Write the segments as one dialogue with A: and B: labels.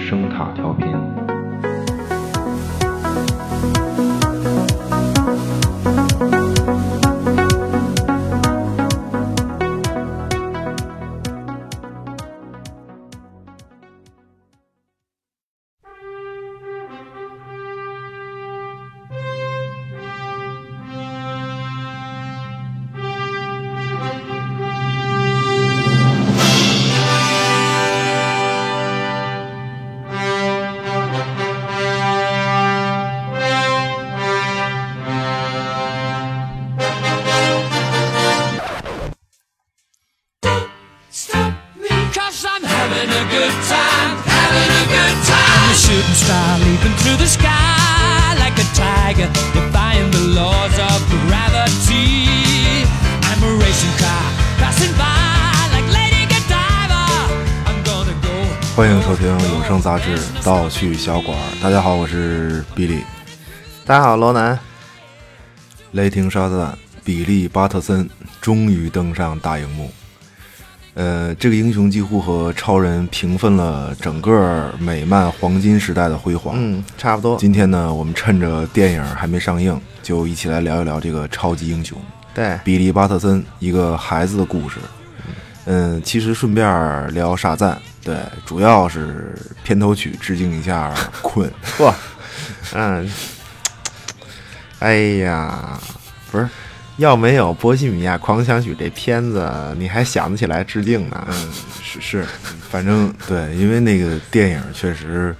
A: 声塔调频。
B: Don't stop me, cause I'm having a good time, having a good time. I'm a shooting star leaping through the sky like a tiger, defying the laws of gravity. I'm a racing car passing by like Lady Godiva. I'm gonna go.
C: 欢迎收听有声杂志《盗趣小馆》。大家好，我是比利。
D: 大家好，罗南。
C: 雷霆沙子弹，比利·巴特森终于登上大荧幕。呃，这个英雄几乎和超人平分了整个美漫黄金时代的辉煌。
D: 嗯，差不多。
C: 今天呢，我们趁着电影还没上映，就一起来聊一聊这个超级英雄
D: 对，
C: 比利·巴特森一个孩子的故事。嗯，其实顺便聊傻赞，对，主要是片头曲致敬一下 困。
D: 嚯，嗯，哎呀，不是，要没有《波西米亚狂想曲》这片子，你还想得起来致敬呢？
C: 嗯，是是，反正对，因为那个电影确实，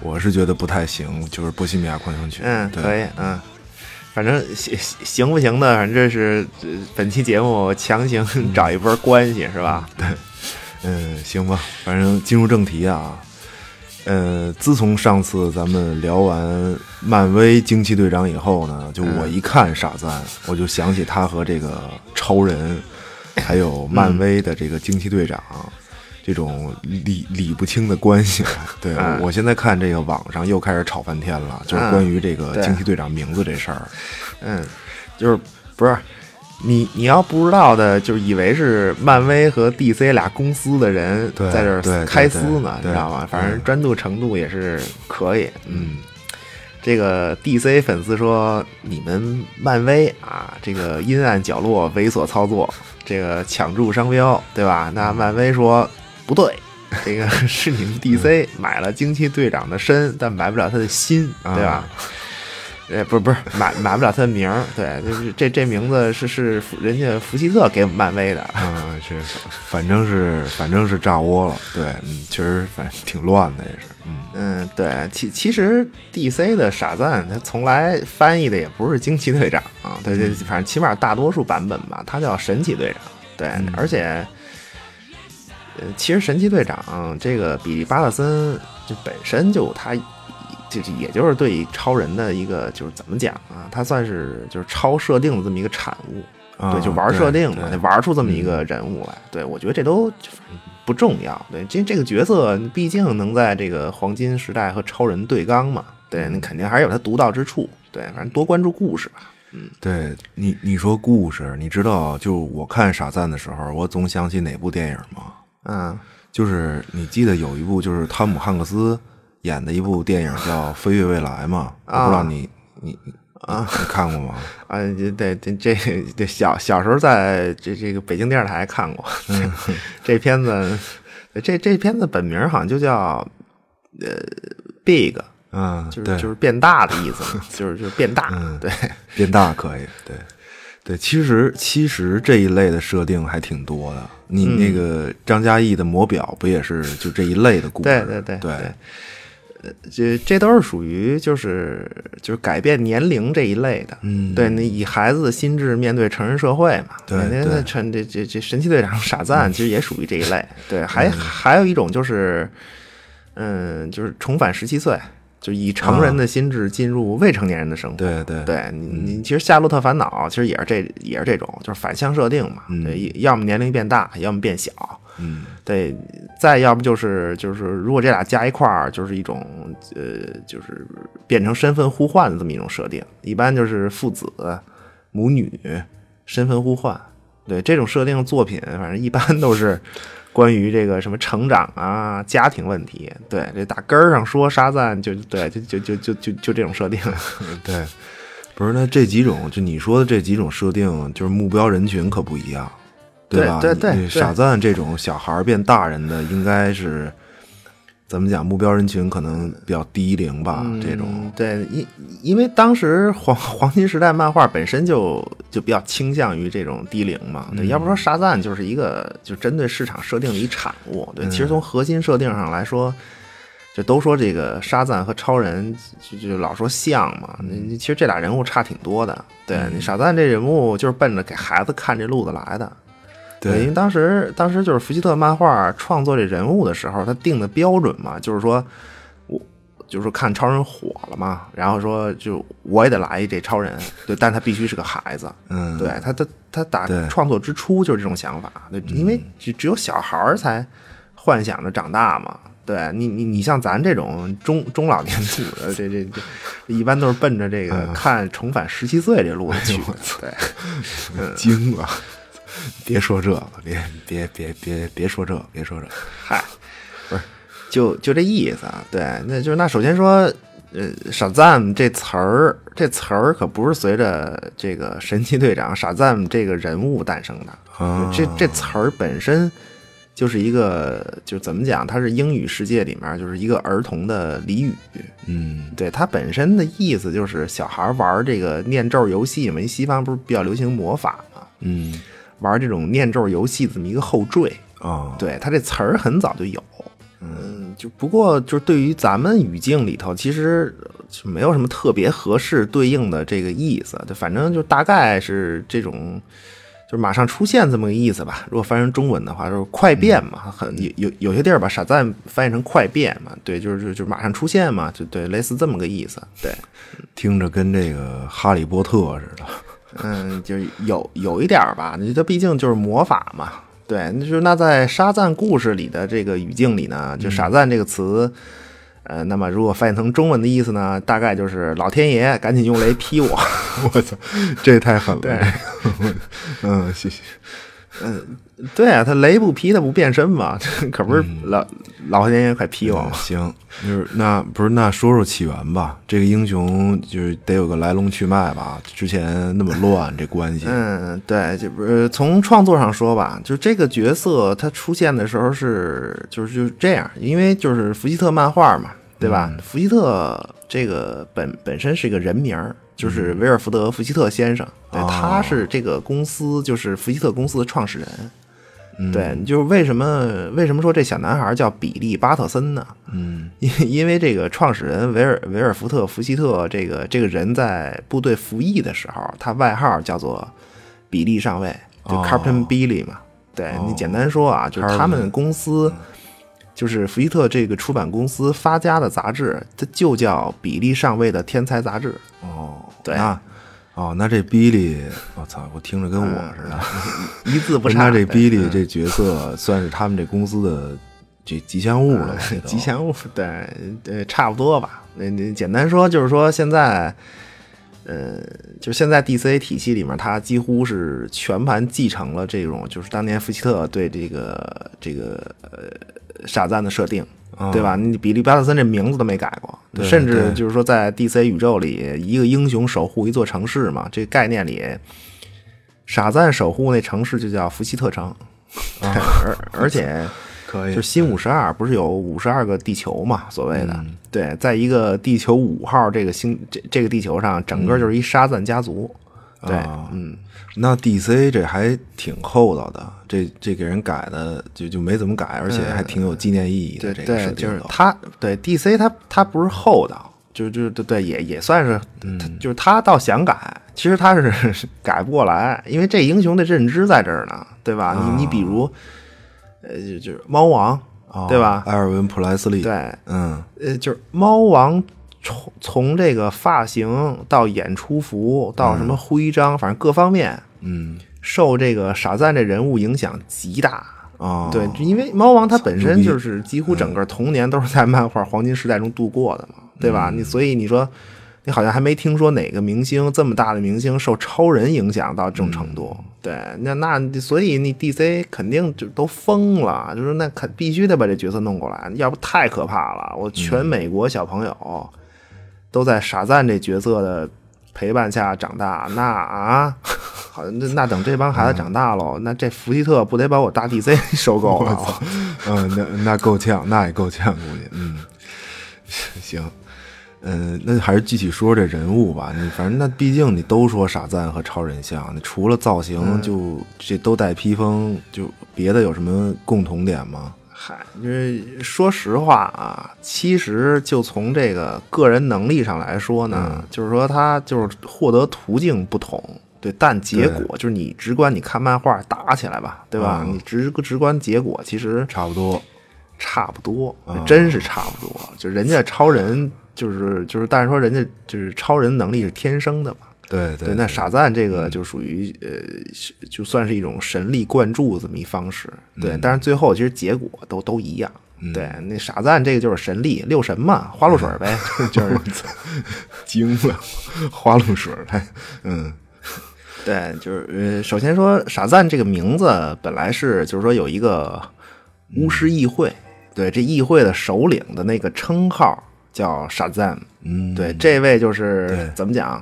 C: 我是觉得不太行，就是《波西米亚狂想曲》。
D: 嗯，
C: 对
D: 可以，嗯。反正行行不行的，反正这是呃本期节目强行 找一波关系是吧？
C: 嗯，行吧，反正进入正题啊。呃，自从上次咱们聊完漫威惊奇队长以后呢，就我一看傻赞，我就想起他和这个超人，还有漫威的这个惊奇队长。这种理理不清的关系， 对、
D: 嗯
C: 我现在看这个网上又开始吵翻天了，就是
D: 嗯
C: 关于这个
D: 对
C: 惊奇队长名字这事儿。
D: 嗯，就是不是你你要不知道的，就是以为是漫威和 DC 俩公司的人
C: 对
D: 在这
C: 对对
D: 儿开撕呢，你
C: 对
D: 知道吗？
C: 对
D: 反正
C: 嗯
D: 专注程度也是可以。嗯，这个 DC 粉丝说你们漫威啊，这个阴暗角落猥琐操作，这个抢注商标，对吧？那漫威说不对。这个 是你们
C: 嗯
D: DC 买了惊奇队长的身，但买不了他的心，
C: 啊
D: 对吧？呃，不是不是，买买不了他的名儿，对，就是这这名字是是福人家福希特给我们漫威的，
C: 嗯，是，反正是反正是炸窝了，对，嗯，确实反正挺乱的也是，嗯。
D: 嗯，对，其其实 DC 的傻赞他从来翻译的也不是惊奇队长啊，对对，反正起码大多数版本吧，他叫神奇队长，对，而且，呃，其实神奇队长这个比利巴特森就本身就他就是也就是对超人的一个就是怎么讲啊，他算是就是超设定的这么一个产物，
C: 啊
D: 对，就玩设定嘛，
C: 对嗯
D: 得玩出这么一个人物来。对我觉得这都不重要。对，这这个角色毕竟能在这个黄金时代和超人对刚嘛，对，
C: 嗯
D: 你肯定还是有他独到之处。对，反正多关注故事吧。
C: 对你你说故事，你知道，就我看傻赞的时候，我总想起哪部电影吗？
D: 嗯，
C: 就是你记得有一部就是汤姆汉克斯演的一部电影叫《飞跃未来》吗？我不知道你你你你看过吗？
D: 啊，这对这这这小小时候在这这个北京电视台看过
C: 嗯
D: 这片子，这这片子本名好像就叫呃 Big，
C: 嗯，
D: 就是
C: 对，嗯
D: 就是变大的意思 嘛，就是就是变大，对。
C: 变大可以，对对，其实其实这一类的设定还挺多的。你那
D: 嗯
C: 个张嘉译的《魔表》不也是就这一类的故
D: 对
C: 事？
D: 对对
C: 对
D: 对这这都是属于就是就是改变年龄这一类的，
C: 嗯
D: 对你以孩子的心智面对成人社会嘛，
C: 对
D: 那
C: 对嗯
D: 那成这这这神奇队长傻赞其实也属于这一 类，对，还还有一种就是，嗯，就是重返十七岁，就以成人的心智进入未成年人的生活，
C: 啊对嗯对
D: 对你，你其实《夏洛特烦恼》其实也是这也是这种，就是反向设定嘛，
C: 嗯
D: 对，要么年龄变大，要么变小，
C: 嗯，
D: 对，再要不就是就是，如果这俩加一块儿，就是一种呃，就是变成身份互换的这么一种设定。一般就是父子、母女身份互换，对这种设定作品，反正一般都是关于这个什么成长啊、家庭问题。对，这打根儿上说沙赞就对，就就就就就就这种设定。
C: 对，不是那这几种，就你说的这几种设定，就是目标人群可不一样，
D: 对
C: 吧？
D: 对对
C: 你
D: 对
C: 傻赞这种小孩儿变大人的，应该是怎么讲？目标人群可能比较低龄吧，啊这种
D: 嗯，对，因因为当时黄 黄金时代漫画本身就就比较倾向于这种低龄嘛，
C: 嗯
D: 对，要不说沙赞就是一个就针对市场设定的一产物，对，其实
C: 嗯
D: 从核心设定上来说，就都说这个沙赞和超人就就老说像嘛，
C: 嗯
D: 那其实这俩人物差挺多的，对，你沙赞这人物就是奔着给孩子看这路子来的，因为
C: 对
D: 当时当时就是福希特漫画创作这人物的时候，他定的标准嘛，就是说，我就是说看超人火了嘛，然后说就我也得来一这超人，对，但他必须是个孩子，
C: 嗯
D: 对他他他打
C: 对嗯
D: 创作之初就是这种想法，对，因为只只有小孩儿才幻想着长大嘛。对你，你你像咱这种中中老年组的，这这这，一般都是奔着这
C: 嗯
D: 个看《重返十七岁》这路子去的。对，哎
C: 惊了。啊 别说这个，别别别别别说这个，别说这个。
D: 嗨，不是，就就这意思啊。对，那就是那首先说，呃，傻赞这词儿，这词儿可不是随着这个神奇队长傻赞这个人物诞生的，
C: 啊
D: 这这词儿本身。就是一个，就怎么讲，它是英语世界里面就是一个儿童的俚语，
C: 嗯
D: 对它本身的意思就是小孩儿玩儿这个呃念咒游戏嘛，因为西方不是比较流行魔法嘛，
C: 嗯
D: 玩儿这种念咒游戏这么一个后缀，
C: 啊，
D: 对，它这词儿很早就有。嗯，就不过就是对于咱们语境里头，其实呃就没有什么特别合适对应的这个意思。对，反正就大概是这种，就是马上出现这么个意思吧。如果翻成中文的话，就是
C: 嗯
D: 快变嘛，很有有有些地儿把傻赞翻译成快变嘛，对，就是就就马上出现嘛，就对，类似这么个意思。对，
C: 听着跟这个《哈利波特》似的。
D: 嗯，就是有有一点儿吧，你这毕竟就是魔法嘛。对，那就是那在沙赞故事里的这个语境里呢，
C: 嗯
D: 就傻赞这个词，呃，那么如果翻译成中文的意思呢，大概就是老天爷赶紧用雷劈我。
C: 我操，这太狠了！
D: 对，
C: 嗯，谢谢。
D: 对啊，他雷不劈他不变身嘛， 这可不是老、老天爷快劈我
C: 嗯
D: 吗？
C: 行，嗯就是那不是那说说起源吧，这个英雄就是得有个来龙去脉吧。之前那么乱，这关系，
D: 嗯，对，这不是从创作上说吧，就这个角色他出现的时候是就是就是这样，因为就是福希特漫画嘛，对吧？
C: 嗯
D: 福希特这个本本身是一个人名儿，就是威尔福德·福希特先生，对，
C: 嗯哦
D: 他是这个公司就是福希特公司的创始人。
C: 嗯
D: 对，就是为什么为什么说这小男孩叫比利·巴特森呢？
C: 嗯
D: 因因为这个创始人维尔维尔福特福希特这个这个人在部队服役的时候，他外号叫做比利上尉，就
C: 哦
D: Captain Billy 嘛。对、你简单说啊，就是他们公司，
C: 嗯
D: 就是福希特这个出版公司发家的杂志，它就叫《比利上尉的天才杂志
C: 哦，
D: 对
C: 那哦，那这比利，我操，我听着跟我似的。》，
D: 一字嗯不
C: 不是
D: 差。
C: 哎那
D: 对
C: 这
D: 嗯
C: 比利这角色算是他们这公司的这吉祥物了，这
D: 哎
C: 都
D: 嗯吉祥物，对，呃，差不多吧。那那简单说就是说现在，呃，就是现在 DC 体系里面，它几乎是全盘继承了这种，就是当年福奇特对这个这个呃傻赞的设定，对吧？你比利巴特森这名字都没改过，
C: 嗯对
D: 甚至
C: 对
D: 就是说在 DC 宇宙里，一个英雄守护一座城市嘛，这个概念里。傻赞守护那城市就叫福奇特城，
C: 啊
D: 而 而 且
C: 可以
D: 就，新五十二不是有五十二个地球嘛？所谓的、
C: 嗯
D: 对，在一个地球五号这个星这这个地球上，整
C: 嗯
D: 个就是一沙赞家族。对，
C: 啊
D: 嗯，
C: 那 DC 这还挺厚道的，这这给人改的就就没怎么改，而且还挺有纪念意义的
D: 嗯对
C: 这个设
D: 对，
C: 定
D: 就是
C: 都
D: 他对 DC 他他不是厚道，就就对对也也算是，
C: 嗯
D: 他就是他倒想改，其实他是改不过来，因为这英雄的认知在这儿呢，对吧？你你比如，呃，就就是猫王，
C: 啊哦
D: 对吧？
C: 艾尔文·普莱斯利，
D: 对，
C: 嗯，
D: 呃，就是猫王从从这个发型到演出服到什么徽章，反正各方面，
C: 嗯，
D: 受这个傻赞这人物影响极大。
C: 哦，
D: 对，就因为猫王他本身就是几乎整个童年都是在漫画黄金时代中度过的嘛，对吧？你所以你说你好像还没听说哪个明星这么大的明星受超人影响到这种程度。对，那那所以你 DC 肯定就都疯了，就是那肯必须得把这角色弄过来，要不太可怕了。我全美国小朋友。都在傻赞这角色的陪伴下长大，那啊，好，那那等这帮孩子长大喽，那这福希特不得把我大 DC 收购了？
C: 嗯，那那够呛，那也够呛，估计，嗯， 行，嗯，那还是具体说这人物吧。你反正那毕竟你都说傻赞和超人像，你除了造型就、这都带披风，就别的有什么共同点吗？
D: 嗨，就是说实话啊，其实就从这个个人能力上来说呢，
C: 嗯
D: 就是说他就是获得途径不同，对，但结果就是你直观，你看漫画打起来吧，对吧？
C: 嗯
D: 你直直观结果其实
C: 差不多，嗯
D: 差不多，真是差不多。就人家超人，就是就是，但是说人家就是超人能力是天生的嘛。
C: 对嗯
D: 对，那傻赞这个就属于呃，是就算是一种神力灌注这么一方式。
C: 嗯
D: 对，但是最后其实结果都都一样。对，那傻赞这个就是神力六神嘛，花露水 呗，就是
C: 惊了， 花露水儿来，嗯
D: 对，就是呃，首先说傻赞这个名字本来是就是说有一个巫师议会，对，这议会的首领的那个称号叫傻赞，
C: 嗯，
D: 对，这位就是
C: 对
D: 怎么讲，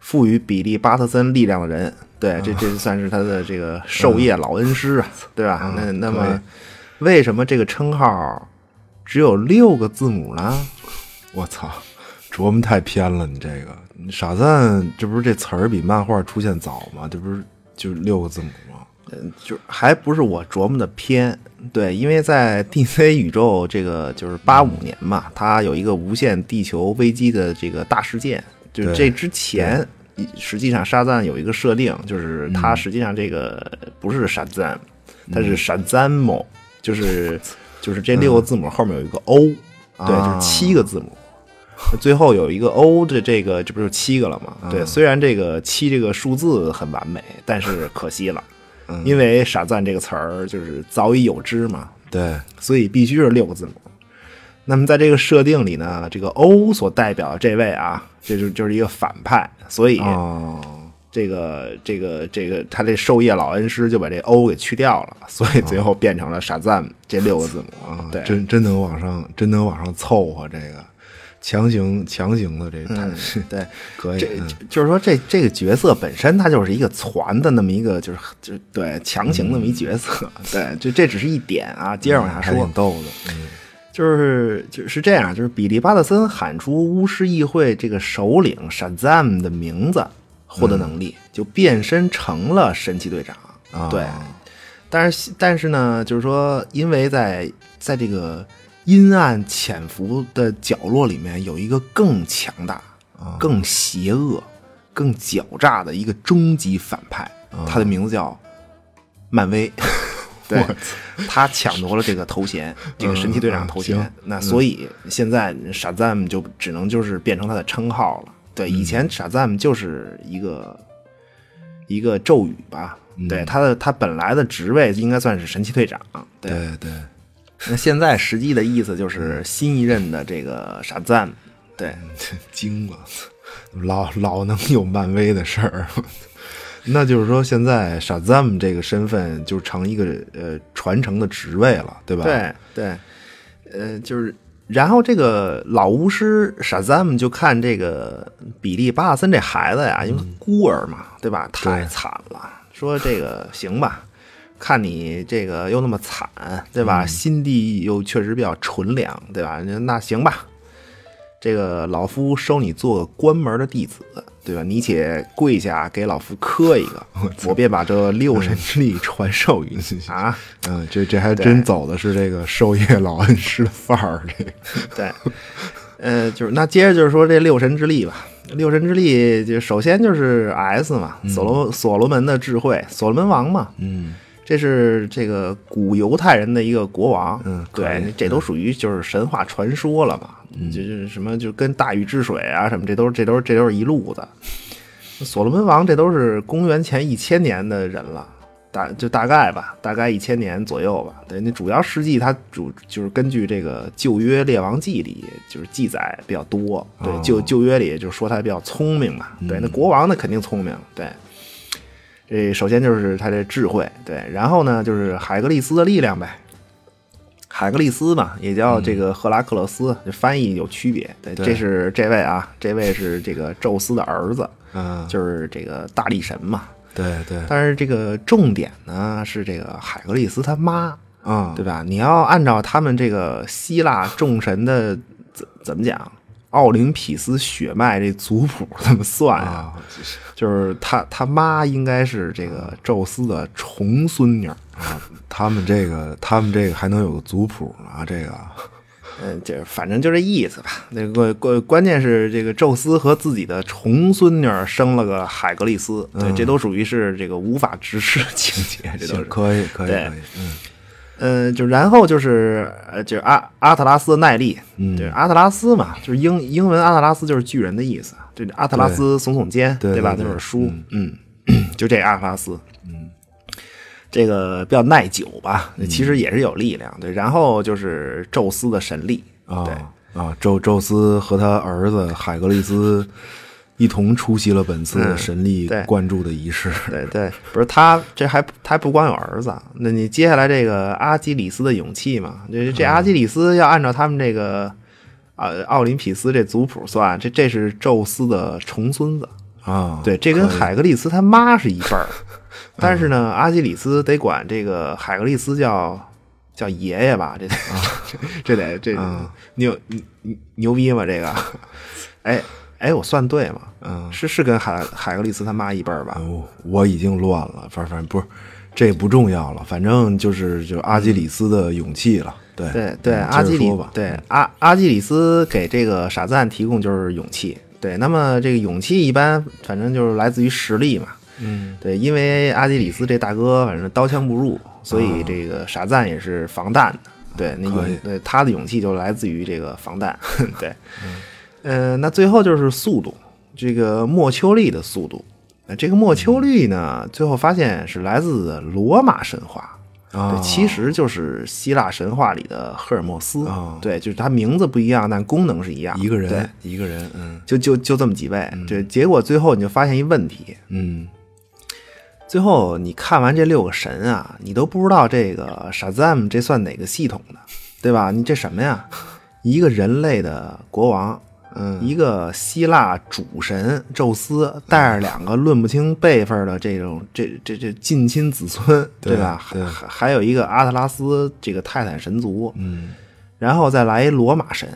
D: 赋予比利巴特森力量的人，对，这这算是他的这个授业老恩师啊，对吧？那那
C: 可以
D: 么为什么这个称号只有六个字母呢？
C: 我操，琢磨太偏了，你这个你傻赞，这不是这词儿比漫画出现早吗？这不是就六个字母吗？
D: 就还不是我琢磨的偏，对，因为在 DC 宇宙这个就是八五年嘛，它有一个无限地球危机的这个大事件，就是
C: 对
D: 这之前，实际上沙赞有一个设定，就是它实际上这个不是沙赞，它是沙赞某，就是就是这六个字母后面有一个 O，、对，就是七个字母。最后有一个 O 的这个，这不就七个了吗？对，虽然这个七这个数字很完美，但是可惜了，因为“傻赞”这个词儿就是早已有之嘛，
C: 对，
D: 所以必须是六个字母。那么在这个设定里呢，这个 O 所代表的这位啊，这就就是一个反派，所以
C: 哦，
D: 这个这个这个他这授业老恩师就把这 O 给去掉了，所以最后变成了“傻赞”这六个字母啊
C: 啊，
D: 对，
C: 真真能往上，真能往上凑合这个，强行强行的这，
D: 嗯对。
C: 可以
D: 这，
C: 嗯
D: 就就是说这这个角色本身，它就是一个传的那么一个，就是就是对强行那么一角色，对，就这只是一点啊。接着往下
C: 嗯还
D: 说
C: 挺，逗的，嗯
D: 就是就是这样，就是比利巴特森喊出巫师议会这个首领 Shazam 的名字，获得能力，就变身成了神奇队长。
C: 啊
D: 对，但是但是呢，就是说，因为在在这个阴暗潜伏的角落里面，有一个更强大、更邪恶、更狡诈的一个终极反派，他的名字叫漫威。 对，他抢夺了这个头衔，这个神奇队长头衔。
C: 嗯行
D: 那所以现在傻赞就只能就是变成他的称号了。对，
C: 嗯
D: 以前傻赞就是一个一个咒语吧。
C: 嗯
D: 对，他的他本来的职位应该算是神奇队长。对，
C: 对嗯对，
D: 那现在实际的意思就是新一任的这个傻赞。对，
C: 惊了，老老能有漫威的事儿。 那就是说，现在傻 zam 这个身份就成一个呃传承的职位了，对吧？，
D: 对对，呃，就是，然后这个老巫师傻赞们就看这个比利巴特森这孩子呀，因为他孤儿嘛，对吧？太惨了，说这个行吧。看你这个又那么惨，对吧？心地又确实比较纯良，对吧？那行吧，这个老夫收你做个关门的弟子，对吧？你且跪下给老夫磕一个，我便把这六神之力传授于你啊！
C: 嗯，这这还
D: 对
C: 真走的是这个授业老恩师的范儿，这个
D: 对，呃，就是那接着就是说这六神之力吧。六神之力就首先就是 S 嘛，
C: 嗯
D: 所罗所罗门的智慧，所罗门王嘛，嗯，这是这个古犹太人的一个国王，
C: 嗯可
D: 对，这都属于就是神话传说了嘛，就是什么就跟大禹治水啊什么，这都是这都是这都是一路子。所罗门王这都是公元前一千年的人了，大就大概吧，大概一千年左右吧。对，那主要事迹它主就是根据这个《旧约列王记》里就是记载比较多。对，
C: 哦
D: 旧旧约里就是说他比较聪明嘛。对，那国王那肯定聪明。对，这首先就是他这智慧。对，然后呢就是海格力斯的力量呗。海格力斯嘛，也叫这个赫拉克勒斯，这翻译有区别。对，
C: 对
D: 这是这位啊，这位是这个宙斯的儿子，
C: 嗯，
D: 就是这个大力神嘛。
C: 对对，
D: 但是这个重点呢是这个海格力斯他妈，
C: 啊，
D: 对吧？你要按照他们这个希腊众神的怎怎么讲，奥林匹斯血脉这族谱怎么算啊？
C: 啊，就是
D: 就是他他妈应该是这个宙斯的重孙女儿，
C: 他们这个，他们这个还能有个族谱呢啊，这个，
D: 嗯，就是反正就这意思吧。那个关关键是这个宙斯和自己的重孙女儿生了个海格力斯，对，这都属于是这个无法直视的情节，这都是。
C: 行，可以可以
D: 对
C: 可以，嗯
D: 嗯，就然后就是呃，就是阿阿特拉斯耐力，嗯，对，阿特拉斯嘛，就是英英文阿特拉斯就是巨人的意思，就阿特拉斯耸耸肩，
C: 对
D: 吧？那
C: 对对
D: 本书，嗯， 就这阿特拉斯，嗯，这个比较耐久吧，
C: 嗯
D: 其实也是有力量，对。然后就是宙斯的神力，对，
C: 啊啊，宙宙斯和他儿子海格力斯一同出席了本次的神力
D: 嗯对
C: 灌注的仪式，
D: 对对，不是他这还他还不光有儿子，啊那你接下来这个阿基里斯的勇气嘛，这这阿基里斯要按照他们这个啊、奥林匹斯这族谱算，这这是宙斯的重孙子，
C: 啊，
D: 对，这跟海格力斯他妈是一辈儿，但是呢，阿基里斯得管这个海格力斯叫叫爷爷吧，这得、这得这、牛牛牛逼吗？这个，哎哎，我算对吗？
C: 嗯
D: 是是跟海海格力斯他妈一辈儿吧？
C: 啊我我已经乱了，反反正不是，这不重要了，反正就是就是阿基里斯的勇气了，对
D: 对对，
C: 嗯
D: 阿
C: 接
D: 基
C: 着
D: 里
C: 说吧，
D: 对阿阿基里斯给这个傻赞提供就是勇气。对，那么这个勇气一般反正就是来自于实力嘛。
C: 嗯，
D: 对，因为阿基里斯这大哥反正刀枪不入，所以这个傻赞也是防弹的。对，那
C: 啊可
D: 勇
C: 以
D: 对他的勇气就来自于这个防 弹。对，呃，那最后就是速度，这个墨丘利的速度。那这个墨丘利
C: 嗯
D: 呢，最后发现是来自罗马神话。
C: 啊
D: 对，，其实就是希腊神话里的赫尔墨斯。
C: 哦
D: 对，就是他名字不一样，但功能是一样。
C: 一个
D: 对
C: 人，嗯一个人，嗯
D: 就就就这么几位。对，结果最后你就发现一问题，
C: 嗯，
D: 最后你看完这六个神啊，你都不知道这个 Shazam 这算哪个系统的，对吧？啊你这什么 呀？一个人类的国王，嗯，一个希腊主神宙斯，带着两个论不清辈分的这种这这这近亲子孙，
C: 对
D: 吧？
C: 对
D: 还还还有一个阿特拉斯这个泰坦神族，
C: 嗯，
D: 然后再来一罗马神。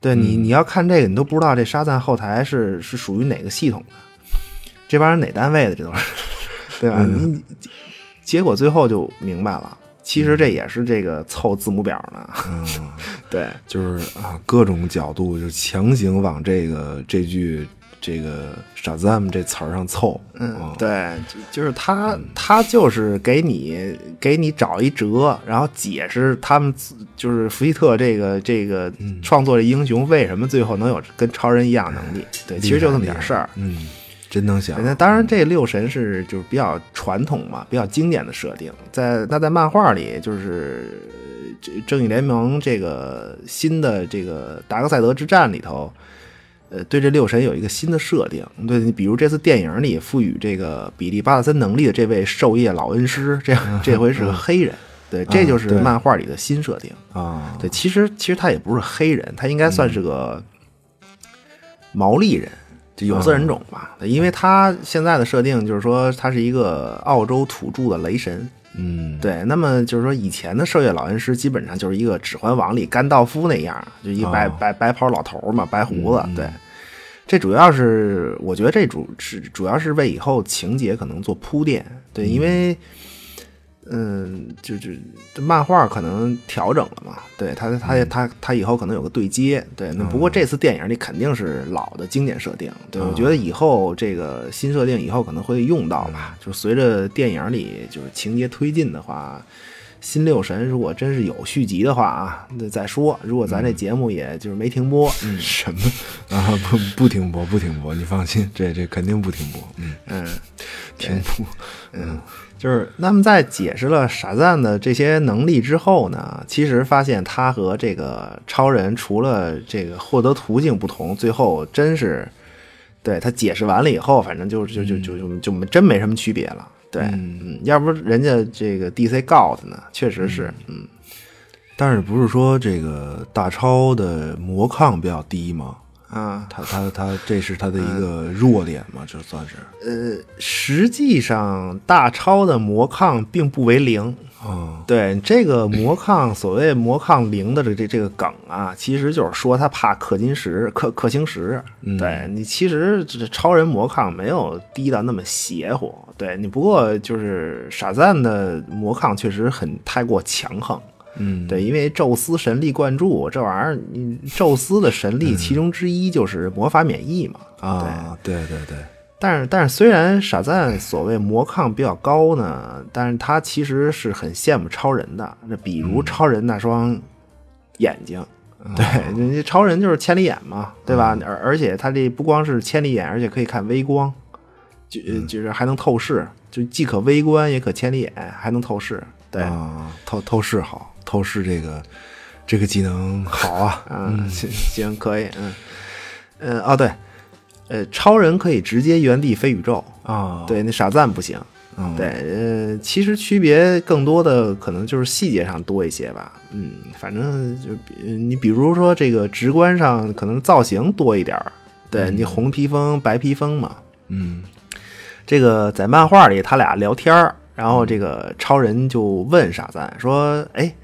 D: 对你，你要看这个，你都不知道这沙赞后台是是属于哪个系统的，这帮人哪单位的，这都是，对吧？你
C: 嗯
D: 你结果最后就明白了，其实这也是这个凑字母表呢。 对，
C: 就是啊，各种角度就强行往这个这句这个“傻 zam” 这词儿上凑，
D: 嗯
C: 啊，
D: 对，就就是他，他就是给你给你找一辙，然后解释他们自就是福希特这个这个创作的英雄为什么最后能有跟超人一样能力。对，其实就这么点事儿。
C: 嗯，真能想
D: 对，那当然，这六神是就是比较传统嘛，比较经典的设定。在那在漫画里，就是呃这正义联盟这个新的这个达克赛德之战里头，呃，对这六神有一个新的设定。对你，比如这次电影里赋予这个比利巴特森能力的这位授业老恩师，这这回是个黑人。对，这就是
C: 对
D: 漫画里的新设定。
C: 啊，
D: 对，其实其实他也不是黑人，他应该算
C: 嗯
D: 是个毛利人，就有色人种吧。
C: 嗯
D: 对因为他现在的设定就是说他是一个澳洲土著的雷神。
C: 嗯，
D: 对，那么就是说以前的社月老恩师基本上就是一个《指环王》里甘道夫那样，就一白、
C: 哦嗯
D: 白白袍老头儿嘛，白胡子。对，这主要是我觉得这主是主要是为以后情节可能做铺垫。对，因为。嗯，就是这漫画可能调整了嘛，对他他他他以后可能有个对接，对，那不过这次电影里肯定是老的经典设定，对、我觉得以后这个新设定以后可能会用到吧，就随着电影里就是情节推进的话，新六神如果真是有续集的话啊，那再说。如果咱这节目也就是没停播，嗯
C: 什么啊？不不停播，不停播，你放 心，这这肯定不停播，嗯，
D: 嗯，
C: 停播，嗯
D: 就是那么在解释了傻赞的这些能力之后呢，其实发现他和这个超人除了这个获得途径不同，最后真是对他解释完了以后，反正就就就就就就真没什么区别了。对，
C: 嗯
D: 嗯，要不人家这个 DC 告他呢，确实是，嗯，
C: 但是不是说这个大超的魔抗比较低吗？
D: 啊，
C: 他他他，这是他的一个弱点嘛？这算是，
D: 呃，实际上大超的魔抗并不为零，
C: 嗯
D: 对这个魔抗，所谓魔抗零的这这这个梗啊，其实就是说他怕氪金石、氪氪星石。对你其实这这超人魔抗没有低到那么邪乎，对你不过就是傻赞的魔抗确实很太过强横。
C: 嗯，
D: 对，因为宙斯神力灌注这玩意儿，你宙斯的神力其中之一就是魔法免疫嘛。
C: 啊，对对对，
D: 但是，但是，虽然傻赞所谓魔抗比较高呢，但是他其实是很羡慕超人的。那比如超人那双眼睛，对，人家超人就是千里眼嘛，对吧？而、而且他这不光是千里眼，而且可以看微光，就就是还能透视，就既可微观也可千里眼，还能透视。对，
C: 啊，透透视好，透视这个这个技能好啊，
D: 嗯，行行可以，嗯，嗯哦对，呃，超人可以直接原地飞宇宙，
C: 啊，
D: 对，那傻赞不行。
C: 嗯
D: 对，呃，其实区别更多的可能就是细节上多一些吧。嗯，反正就比呃你比如说这个直观上可能造型多一点儿，对、你红披风、白披风嘛。
C: 嗯
D: 这个在漫画里他俩聊天儿，然后这个超人就问傻赞说：“哎，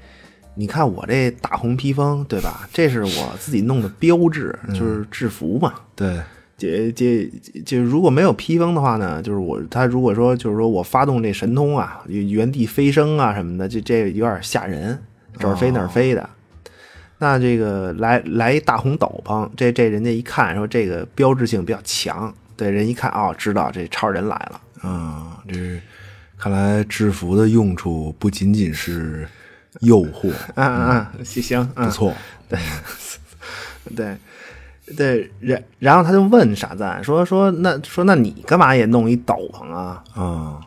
D: 你看我这大红披风对吧？这是我自己弄的标志，
C: 嗯
D: 就是制服嘛。
C: 对，
D: 这这这如果没有披风的话呢，就是我他如果说就是说我发动这神通啊，原地飞升啊什么的，这这有点吓人，这儿飞那儿飞的。那这个来来一大红斗篷，这这人家一看说这个标志性比较强，对人一看哦，知道这超人来了。
C: 啊，这是看来制服的用处不仅仅是诱惑，
D: 嗯嗯嗯，行行，嗯
C: 不错，
D: 对，对，然然后他就问傻赞说说那说那你干嘛也弄一斗篷啊？
C: 啊，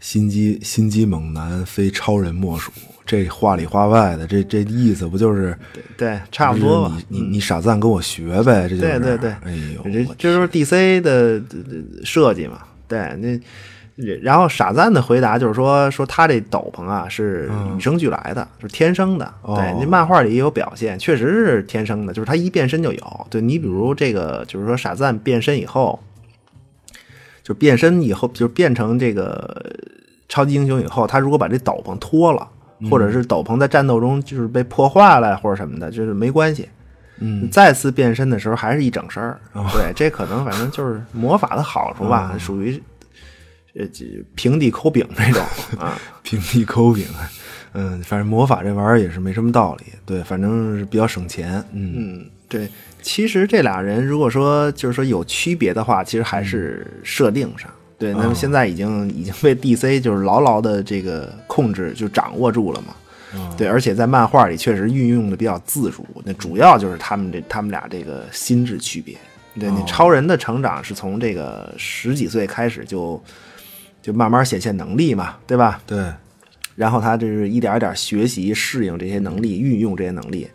C: 心机心机猛男非超人莫属。这话里话外的，这这意思不就是
D: 对，差不多吧
C: 就是。你你你傻赞跟我学呗，这就是
D: 对对对，
C: 哎呦，
D: 这这
C: 我
D: 就是 DC 的呃设计嘛。对，那然后傻赞的回答就是说，说他这斗篷啊是与生俱来的，就是天生的。
C: 哦
D: 对，那漫画里也有表现，确实是天生的，就是他一变身就有。对你比如这个，就是说傻赞变身以后，就变身以后就变成这个超级英雄以后，他如果把这斗篷脱了，或者是斗篷在战斗中就是被破坏了或者什么的，就是没关系。嗯，再次变身的时候还是一整身儿。对，这可能反正就是魔法的好处吧，属于呃这平底抠饼这种啊。
C: 平地抠饼， 嗯，反正魔法这玩意儿也是没什么道理，对，反正是比较省钱，嗯，
D: 嗯，对，其实这俩人如果说就是说有区别的话，其实还是设定上。嗯对，那么现在已经已经被 DC 就是牢牢的这个控制就掌握住了嘛。对，而且在漫画里确实运用的比较自如。那主要就是他们这他们俩这个心智区别。对，你超人的成长是从这个十几岁开始就就慢慢显现能力嘛，对吧？
C: 对，
D: 然后他就是一点一点学习、适应这些能力、运用这些能力，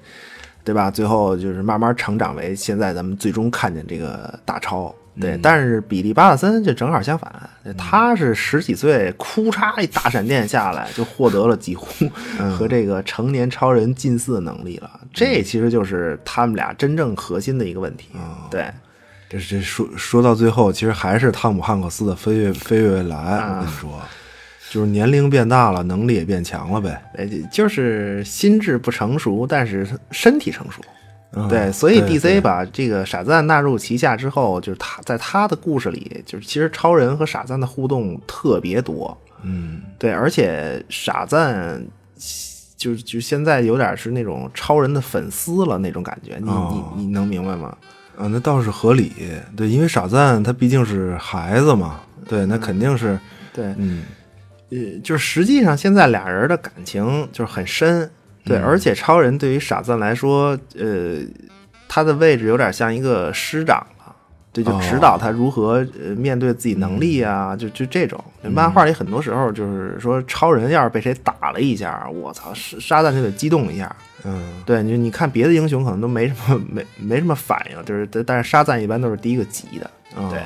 D: 对吧？最后就是慢慢成长为现在咱们最终看见这个大超。对，但是比利·巴特森就正好相反，他是十几岁，哭嚓一大闪电下来，就获得了几乎 和这个成年超人近似的能力了。这其实就是他们俩真正核心的一个问题。对，
C: 这这说说到最后，其实还是汤姆汉克斯的飞跃飞跃未来，
D: 啊
C: 我跟你说，就是年龄变大了，能力也变强了呗，
D: 呃，就是心智不成熟，但是身体成熟。
C: 嗯
D: 对，所以
C: 对
D: DC 把这个傻赞纳入旗下之后，就是他在他的故事里，就是其实超人和傻赞的互动特别多。
C: 嗯，
D: 对，而且傻赞就就现在有点是那种超人的粉丝了那种感觉，你、
C: 哦
D: 你你能明白吗？
C: 啊，那倒是合理，
D: 嗯
C: 对，因为傻赞他毕竟是孩子嘛，对，那肯定是，
D: 对，
C: 嗯，
D: 呃，就是实际上现在俩人的感情就是很深，对，而且超人对于傻赞来说，呃，他的位置有点像一个师长了，对，就
C: 哦
D: 指导他如何呃面对自己能力啊，就就这种。漫画里很多时候就是说，超人要是被谁打了一下，我操，是沙赞就得激动一下，
C: 嗯，
D: 对，你就你看别的英雄可能都没什么没没什么反应，就是但但是沙赞一般都是第一个急的，嗯
C: 哦
D: 对。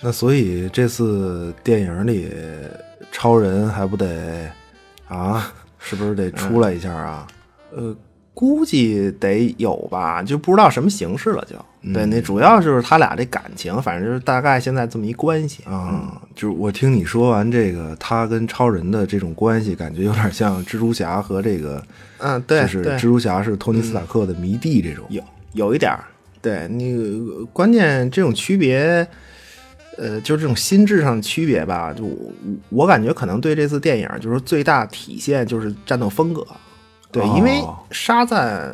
C: 那所以这次电影里，超人还不得啊？是不是
D: 嗯
C: 得出来一下啊？
D: 呃，估计得有吧，就不知道什么形式了就。对，那主要就是他俩这感情，反正就是大概现在这么一关系。
C: 啊、就是我听你说完这个，他跟超人的这种关系，感觉有点像蜘蛛侠和这个，
D: 嗯，对，
C: 就是
D: 对嗯
C: 蜘蛛侠是托尼斯塔克的迷弟这种。
D: 有有一点儿。对，那个呃关键这种区别，呃，就是这种心智上的区别吧。就我我感觉可能对这次电影就是最大体现就是战斗风格。对，因为
C: 哦
D: 沙赞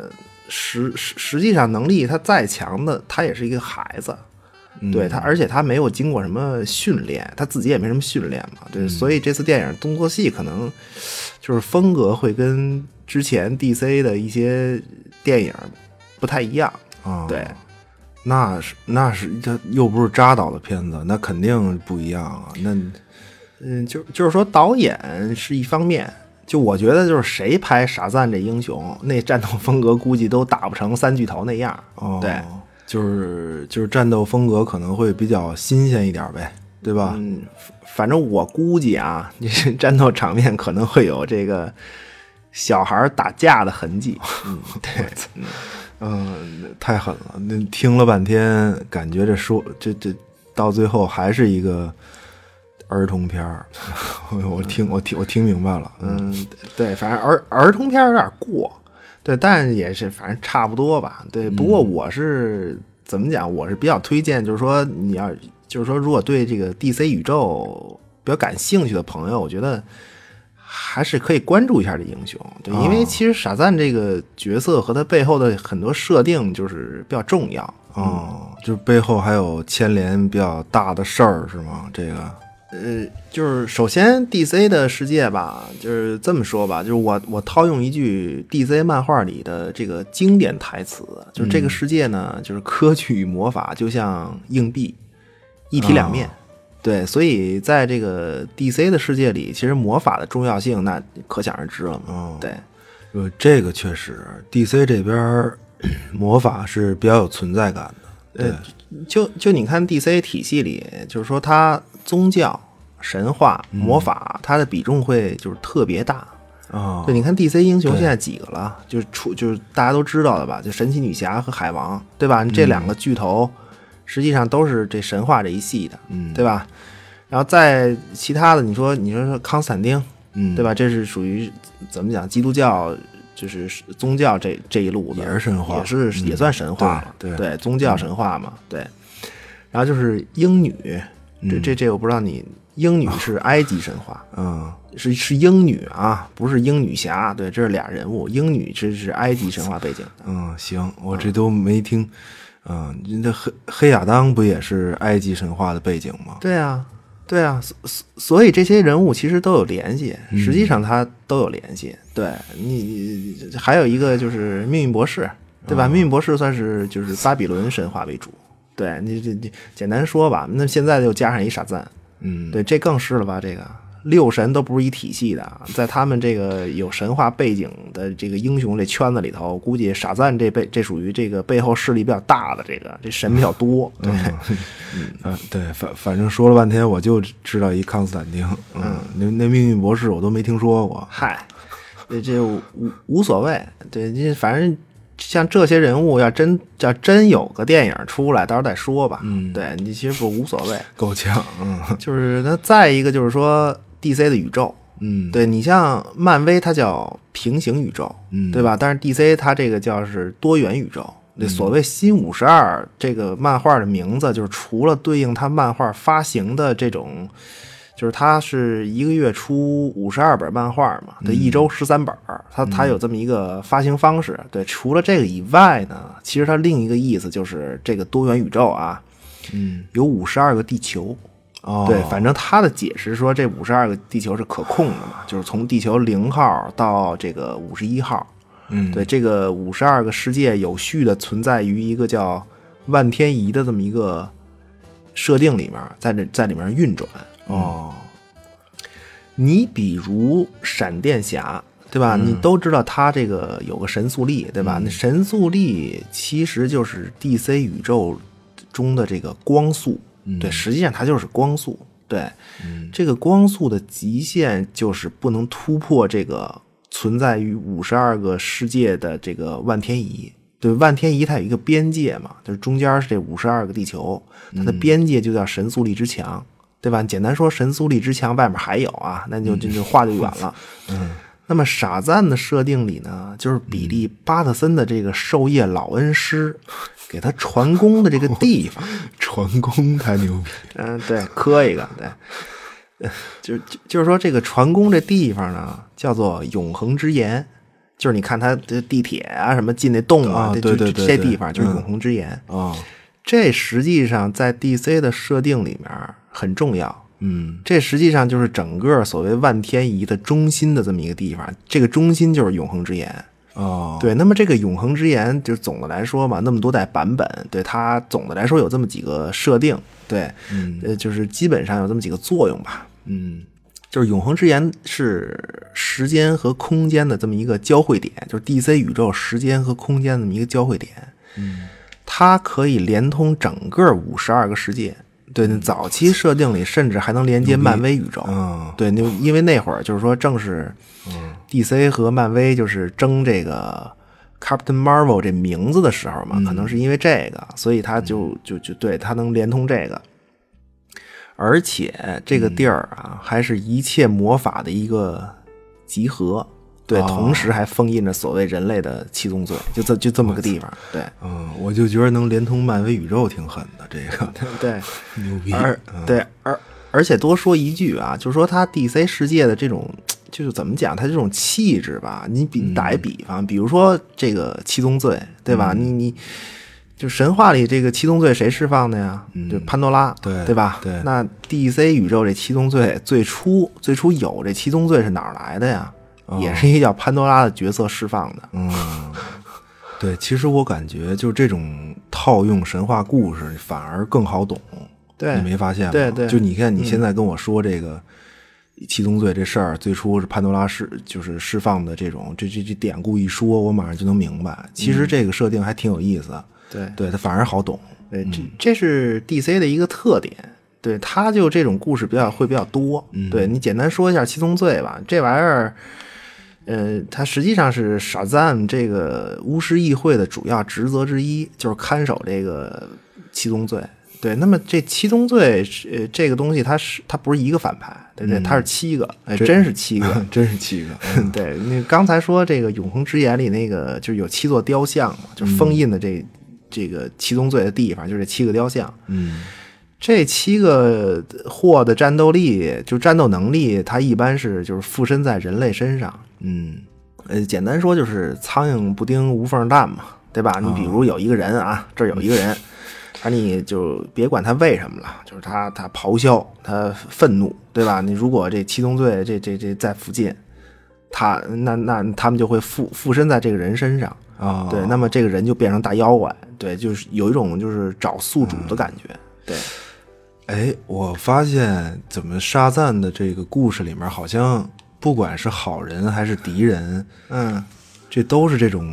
D: 实实实际上能力他再强的，他也是一个孩子。
C: 嗯
D: 对他，而且他没有经过什么训练，他自己也没什么训练嘛，
C: 嗯
D: 对，所以这次电影动作戏可能就是风格会跟之前 DC 的一些电影不太一样，
C: 啊，
D: 对，
C: 那是那是他又不是扎导的片子，那肯定不一样啊。那
D: 嗯，就就是说导演是一方面，就我觉得就是谁拍傻赞这英雄，那战斗风格估计都打不成三巨头那样，
C: 哦，
D: 对，
C: 就是就是战斗风格可能会比较新鲜一点呗，对吧？
D: 嗯，反正我估计啊，你 这战斗场面可能会有这个小孩儿打架的痕迹，嗯，对。
C: 哦嗯，太狠了！那听了半天，感觉这说这这到最后还是一个儿童片儿。 我听我听我听明白了，嗯，
D: 嗯，对，反正儿儿童片儿有点过，对，但也是反正差不多吧。对，
C: 嗯
D: 不过我是、怎么讲，我是比较推荐，就是说你要就是说如果对这个 DC 宇宙比较感兴趣的朋友，我觉得还是可以关注一下这英雄，对，因
C: 哦
D: 为其实傻赞这个角色和他背后的很多设定就是比较重要。
C: 哦，就是背后还有牵连比较大的事儿是吗？这个，
D: 呃，就是首先 DC 的世界吧，就是这么说吧，就是我我套用一句 DC 漫画里的这个经典台词，就是这个世界呢，就是科技与魔法就像硬币，一体两面。对，所以在这个 DC 的世界里，其实魔法的重要性那可想而知了嘛。
C: 哦
D: 对，
C: 呃，这个确实，DC 这边儿魔法是比较有存在感的，对，
D: 就就你看 DC 体系里，就是说它宗教、神话、魔法，它的比重会就是特别大。
C: 啊、
D: 对，你看 DC 英雄现在几个了？就是出就是大家都知道的吧？就神奇女侠和海王，对吧？
C: 嗯
D: 这两个巨头实际上都是这神话这一系的，
C: 嗯
D: 对吧？然后在其他的，你说你说说康斯坦丁，
C: 嗯，
D: 对吧？这是属于怎么讲？基督教就是宗教这这一路的，
C: 也是神话
D: 也是
C: 嗯
D: 也算神话嘛，
C: 对对嗯
D: 宗教神话嘛，对。然后就是英女，这这这我不知道你，英
C: 啊
D: 女是埃及神话，
C: 嗯，
D: 是是英女啊，不是英女侠，对，这是俩人物。英女这是埃及神话背景的，
C: 嗯，行，我这都没听。嗯，那黑黑亚当不也是埃及神话的背景吗？
D: 对啊，对啊，所所所以这些人物其实都有联系，实际上他都有联系。对你你还有一个就是命运博士，对吧？命运博士算是就是巴比伦神话为主，对你这你简单说吧，那现在又加上一傻赞，
C: 嗯，
D: 对，这更是了吧？这个六神都不是一体系的啊，在他们这个有神话背景的这个英雄这圈子里头，估计傻赞这背这属于这个背后势力比较大的这个这神比较多。对，
C: 啊，对，反反正说了半天，我就知道一康斯坦丁，嗯，那那命运博士我都没听说过，
D: 嗨，这这无无所谓，对，这反正。像这些人物要真要真有个电影出来，到时候再说吧。嗯，对你其实不无所谓，
C: 够呛，嗯
D: 就是那再一个就是说 DC 的宇宙，
C: 嗯，
D: 对你像漫威，它叫平行宇宙，
C: 嗯
D: 对吧？但是 DC 它这个叫是多元宇宙。那所谓新五十二这个漫画的名字，就是除了对应它漫画发行的这种，就是它是一个月出五十二本漫画嘛，
C: 嗯
D: 对，一周十三本儿，它它有这么一个发行方式。对，除了这个以外呢，其实它另一个意思就是这个多元宇宙啊，
C: 嗯，
D: 有五十二个地球，
C: 哦，
D: 对，反正他的解释说这五十二个地球是可控的嘛，就是从地球零号到这个五十一号，
C: 嗯，
D: 对，这个五十二个世界有序的存在于一个叫万天仪的这么一个设定里面，在这在里面运转。
C: 哦，
D: 你比如闪电侠，对吧？你都知道他这个有个神速力，对吧？那神速力其实就是 DC 宇宙中的这个光速，对，实际上它就是光速，对。这个光速的极限就是不能突破这个存在于五十二个世界的这个万天仪。对，万天仪它有一个边界嘛，就是中间是这五十二个地球，它的边界就叫神速力之墙，对吧？简单说，神速力之墙外面还有啊，那
C: 嗯
D: 就这就话就远 了。嗯，那么傻赞的设定里呢，就是比利
C: 嗯
D: 巴特森的这个授业老恩师给他传功的这个地 方，
C: 传功太牛逼，
D: 嗯，对，磕一个，对，就就就是说这个船工这地方呢，叫做永恒之岩，就是你看它的地铁啊，什么进那洞
C: 啊
D: 啊，这
C: 对
D: 就
C: 对
D: 这
C: 对
D: 这
C: 对
D: 地方就是
C: 嗯
D: 永恒之岩。
C: 哦，
D: 这实际上在 DC 的设定里面很重要，
C: 嗯，
D: 这实际上就是整个所谓万天仪的中心的这么一个地方，这个中心就是永恒之岩。
C: 哦，
D: 对，那么这个永恒之言，就是总的来说嘛，那么多代版本，对它总的来说有这么几个设定，对，
C: 嗯
D: 呃，就是基本上有这么几个作用吧。
C: 嗯，
D: 就是永恒之言是时间和空间的这么一个交汇点，就是 DC 宇宙时间和空间的这么一个交汇点。嗯，它可以连通整个五十二个世界。对，那早期设定里甚至还能连接漫威宇宙。
C: 嗯
D: 对，那因为那会儿就是说正是 DC 和漫威就是争这个 Captain Marvel 这名字的时候嘛，可能是因为这个，所以它就就就对它能连通这个。而且这个地儿啊，还是一切魔法的一个集合，对，
C: 哦
D: 同时还封印着所谓人类的七宗罪，就这就这么个地方，对，
C: 嗯，我就觉得能连通漫威宇宙挺狠的，这个
D: 对，
C: 牛逼，
D: 而对，而而且多说一句啊，就是说它 DC 世界的这种，就是怎么讲，它这种气质吧，你比
C: 嗯
D: 打一比方，比如说这个七宗罪，对
C: 嗯
D: 吧？你你就神话里这个七宗罪谁释放的呀？就潘多拉，
C: 嗯对
D: 对吧？
C: 对
D: 那 DC 宇宙这七宗罪最初最初有这七宗罪是哪儿来的呀？
C: 哦
D: 也是一个叫潘多拉的角色释放的，
C: 嗯对，其实我感觉就这种套用神话故事反而更好懂，
D: 对
C: 你没发现吗？
D: 对对嗯
C: 就你看你现在跟我说这个。七宗罪这事儿最初是潘多拉释，就是释放的这种这这这典故一说，我马上就能明白。其实这个设定还挺有意思，
D: 嗯对
C: 对它反而好懂。
D: 对，呃这这是 DC 的一个特点。对，他就这种故事比较会比较多。对你简单说一下七宗罪吧，这玩意儿，呃，它实际上是傻赞这个巫师议会的主要职责之一，就是看守这个七宗罪。对，那么这七宗罪是，呃，这个东西它是它不是一个反派，对不对？它是七个，哎，真是七个，
C: 真是七个，
D: 嗯对，那刚才说这个《永恒之眼》里那个，就是有七座雕像嘛，就是封印的这、这个七宗罪的地方，就是这七个雕像。
C: 嗯，
D: 这七个货的战斗力，就战斗能力，它一般是就是附身在人类身上。
C: 嗯
D: 呃，简单说就是苍蝇不叮无缝蛋嘛，对吧？你比如有一个人啊，这儿有一个人，反正你就别管他为什么了，就是他他咆哮，他愤怒，对吧？你如果这七宗罪这这这在附近，他那那他们就会附附身在这个人身上，
C: 啊，
D: 对，那么这个人就变成大妖怪，对，就是有一种就是找宿主的感觉，对，
C: 哎，我发现怎么沙赞的这个故事里面，好像不管是好人还是敌人，
D: 嗯。
C: 这都是这种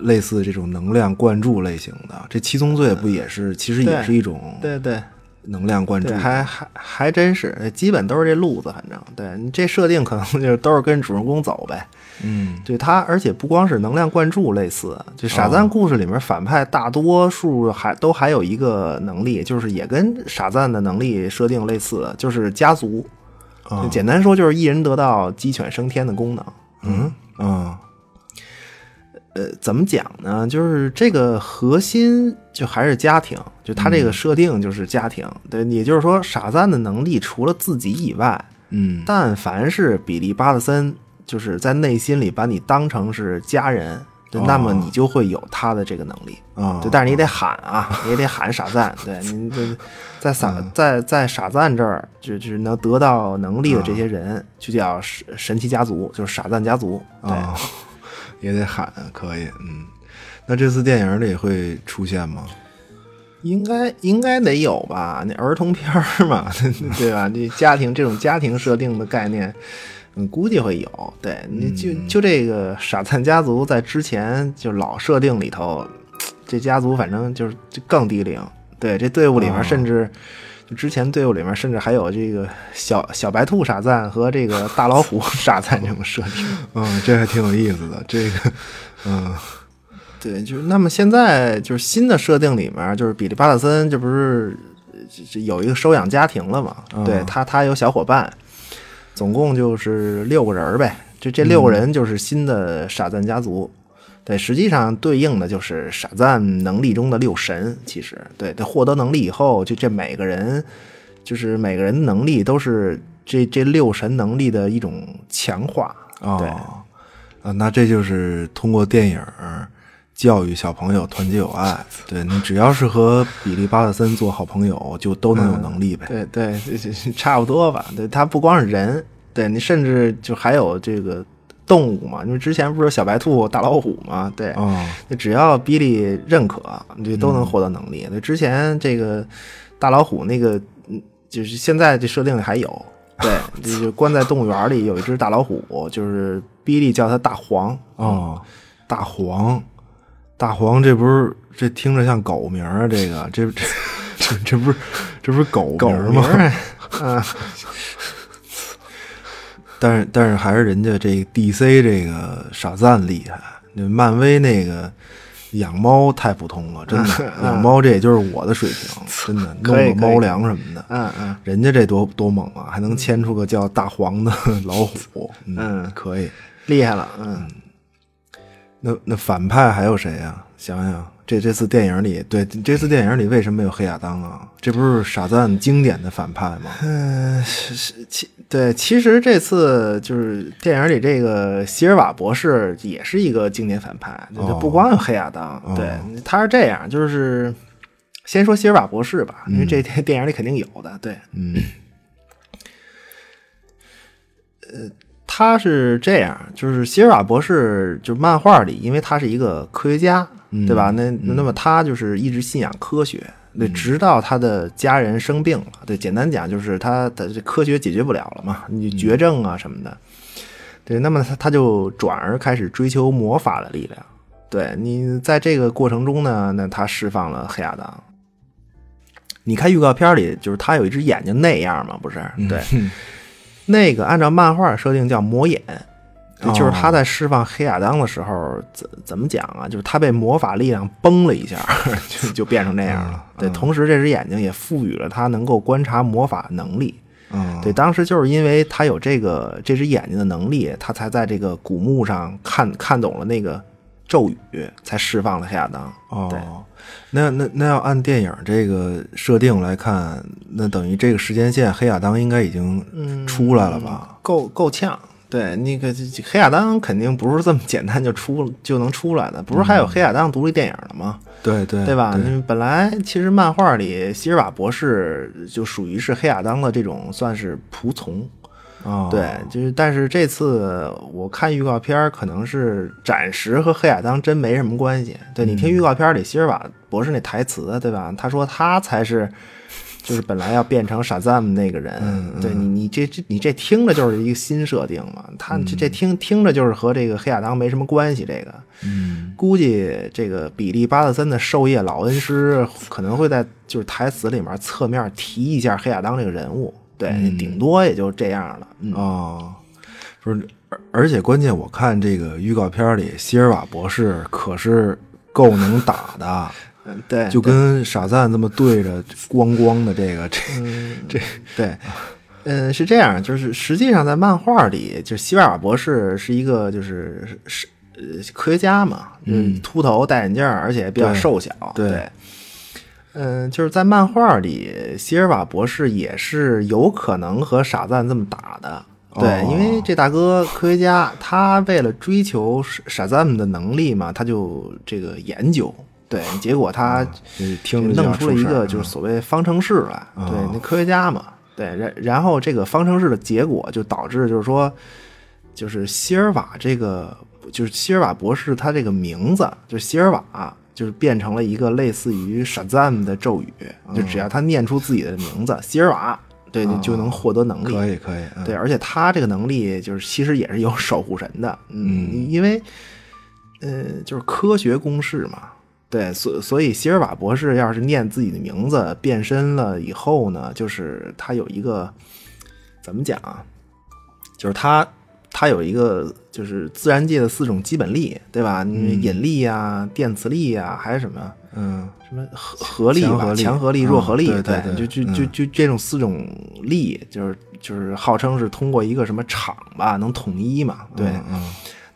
C: 类似这种能量灌注类型的。这七宗罪不也是，其实也
D: 嗯对
C: 是一种
D: 对对，
C: 能量灌注
D: 对，。还还还真是，基本都是这路子，反正对你这设定可能就是都是跟主人公走呗。
C: 嗯，
D: 对他，而且不光是能量灌注类似，就傻赞
C: 哦
D: 故事里面反派大多数还都还有一个能力，就是也跟傻赞的能力设定类似，就是家族。就
C: 啊
D: 简单说就是一人得道鸡犬升天的功能。
C: 嗯啊，
D: 呃，怎么讲呢？就是这个核心就还是家庭，就他这个设定就是家庭。对，也就是说傻赞的能力除了自己以外，
C: 嗯
D: 但凡是比利·巴特森，就是在内心里把你当成是家人，对，那么你就会有他的这个能力
C: 哦
D: 对，但是你得喊啊，你也得喊傻赞，对，你这在傻在在傻赞这儿，就就是能得到能力的这些人，就叫神神奇家族，就是傻赞家族，对，
C: 啊、 也得喊，可以，嗯。那这次电影里会出现吗？
D: 应该应该得有吧？那儿童片儿嘛， 对吧？这家庭这种家庭设定的概念，嗯，估计会有。对，你就就这个傻蛋家族在之前就老设定里头，这家族反正就是就更低龄。对，这队伍里面甚至、就之前队伍里面甚至还有这个小小白兔傻赞和这个大老虎 傻赞这种设定。
C: 嗯，这还挺有意思的。这个，嗯，
D: 对，就是那么现在就是新的设定里面，就是比利巴特森这不是呃这这有一个收养家庭了嘛？
C: 嗯
D: 对他，他有小伙伴，总共就是六个人儿呗。这这六个
C: 嗯
D: 人就是新的傻赞家族。对，实际上对应的就是傻赞能力中的六神。其实，对，他获得能力以后，就这每个人，就是每个人的能力都是这这六神能力的一种强化。对，
C: 哦，啊，那这就是通过电影儿教育小朋友团结友爱。对你只要是和比利巴特森做好朋友，就都能有能力呗。
D: 嗯对对，这这这差不多吧。对，它不光是人，对你甚至就还有这个动物嘛，因为之前不是有小白兔、大老虎嘛，对，
C: 哦，嗯
D: 那只要比利认可，你这都能获得能力。那、之前这个大老虎那个，嗯就是现在这设定里还有， 对，就是关在动物园里有一只大老虎，就是比利叫它大黄，
C: 哦，大黄，大黄，这不是这听着像狗名儿啊？这个， 这这这 这不是这不是狗
D: 狗
C: 名儿
D: 名
C: 吗？ 啊
D: 儿
C: 但是但是还是人家这个 DC 这个傻赞厉害，那漫威那个养猫太普通 了，真的养猫这也就是我的水平，真的弄
D: 啊可以可
C: 个
D: 以
C: 猫粮什么的，
D: 嗯嗯。
C: 人家这多多猛啊，还能牵出个叫大黄的 老虎，
D: 嗯
C: 可以。
D: 厉害了，嗯，
C: 那那反派还有谁啊？想想这这次电影里，对这次电影里为什么有黑亚当啊？这不是傻赞经典的反派吗？
D: 嗯，是是，其对，其实这次就是电影里这个希尔瓦博士也是一个经典反派，就
C: 哦
D: 就不光有黑亚当，对，他是这样，就是先说希尔瓦博士吧，
C: 嗯
D: 因为这电电影里肯定有的，对，嗯，呃，他是这样，就是希尔瓦博士，就是漫画里，因为他是一个科学家，对吧？那那么他就是一直信仰科学。对，直到他的家人生病了，对，简单讲就是他的这科学解决不了了嘛，你绝症啊什么的，对，那么他他就转而开始追求魔法的力量。对你在这个过程中呢，那他释放了黑亚当。你看预告片里，就是他有一只眼睛那样嘛，不是？对，那个按照漫画设定叫魔眼，对就是他在释放黑亚当的时候，怎怎么讲啊？就是他被魔法力量崩了一下， 就就变成那样了。对，同时这只眼睛也赋予了他能够观察魔法能力。
C: 啊、
D: 对，当时就是因为他有这个这只眼睛的能力，他才在这个古墓上看看懂了那个咒语，才释放了黑亚当。对
C: 哦，那那那要按电影这个设定来看，那等于这个时间线，黑亚当应该已经出来了吧？
D: 够够呛。对，那个这这黑亚当肯定不是这么简单就出就能出来的，不是还有黑亚当独立电影了吗？
C: 对对
D: 对吧？
C: 对
D: 那本来其实漫画里希尔瓦博士就属于是黑亚当的这种算是仆从，
C: 哦，
D: 对，就是但是这次我看预告片儿，可能是暂时和黑亚当真没什么关系。对你听预告片儿里希尔瓦博士那台词，对吧？他说他才是，就是本来要变成傻赞那个人。对你，你这这你这听着就是一个新设定嘛，他这这听听着就是和这个黑亚当没什么关系。这个，嗯，估计这个比利巴特森的授业老恩师可能会在就是台词里面侧面提一下黑亚当这个人物。对，顶多也就这样了。嗯，
C: 哦，不是，而而且关键我看这个预告片里，希尔瓦博士可是够能打的，
D: 嗯， 对，
C: 就跟傻赞这么对着咣咣的这个这
D: 嗯
C: 这
D: 对，嗯，是这样，就是实际上在漫画里，就是希尔瓦博士是一个就是是是呃科学家嘛，嗯，秃头戴眼镜儿，而且比较
C: 对
D: 瘦小，
C: 对
D: 嗯，就是在漫画里，希尔瓦博士也是有可能和傻赞这么打的，对，
C: 哦
D: 因为这大哥科学家，他为了追求傻傻赞姆的能力嘛，他就这个研究，对，结果他
C: 这听着就
D: 弄
C: 要
D: 出了一
C: 事儿啊嗯哦
D: 个就是所谓方程式来，对，那科学家嘛，对，然然后这个方程式的结果就导致就是说，就是希尔瓦这个就是希尔瓦博士他这个名字就是希尔瓦。就是变成了一个类似于 Shazam 的咒语，就
C: 哦
D: 只要他念出自己的名字，希尔瓦，对，你就能获得能力。
C: 可以可以，嗯
D: 对，而且他这个能力就是其实也是有 守护神的，嗯，因为呃，就是科学公式嘛，对，所所以希尔瓦博士要是念自己的名字变身了以后呢，就是他有一个怎么讲啊，就是他他有一个就是自然界的四种基本力，对吧？你引力呀、电磁力呀、还是什么？
C: 嗯
D: 什么合合力
C: 强
D: 吧，
C: 合力
D: 强合力、
C: 嗯
D: 弱合力，
C: 对对嗯
D: 就
C: 对
D: 就就就这种四种力，就是就是号称是通过一个什么场吧，能统一嘛，对。
C: 嗯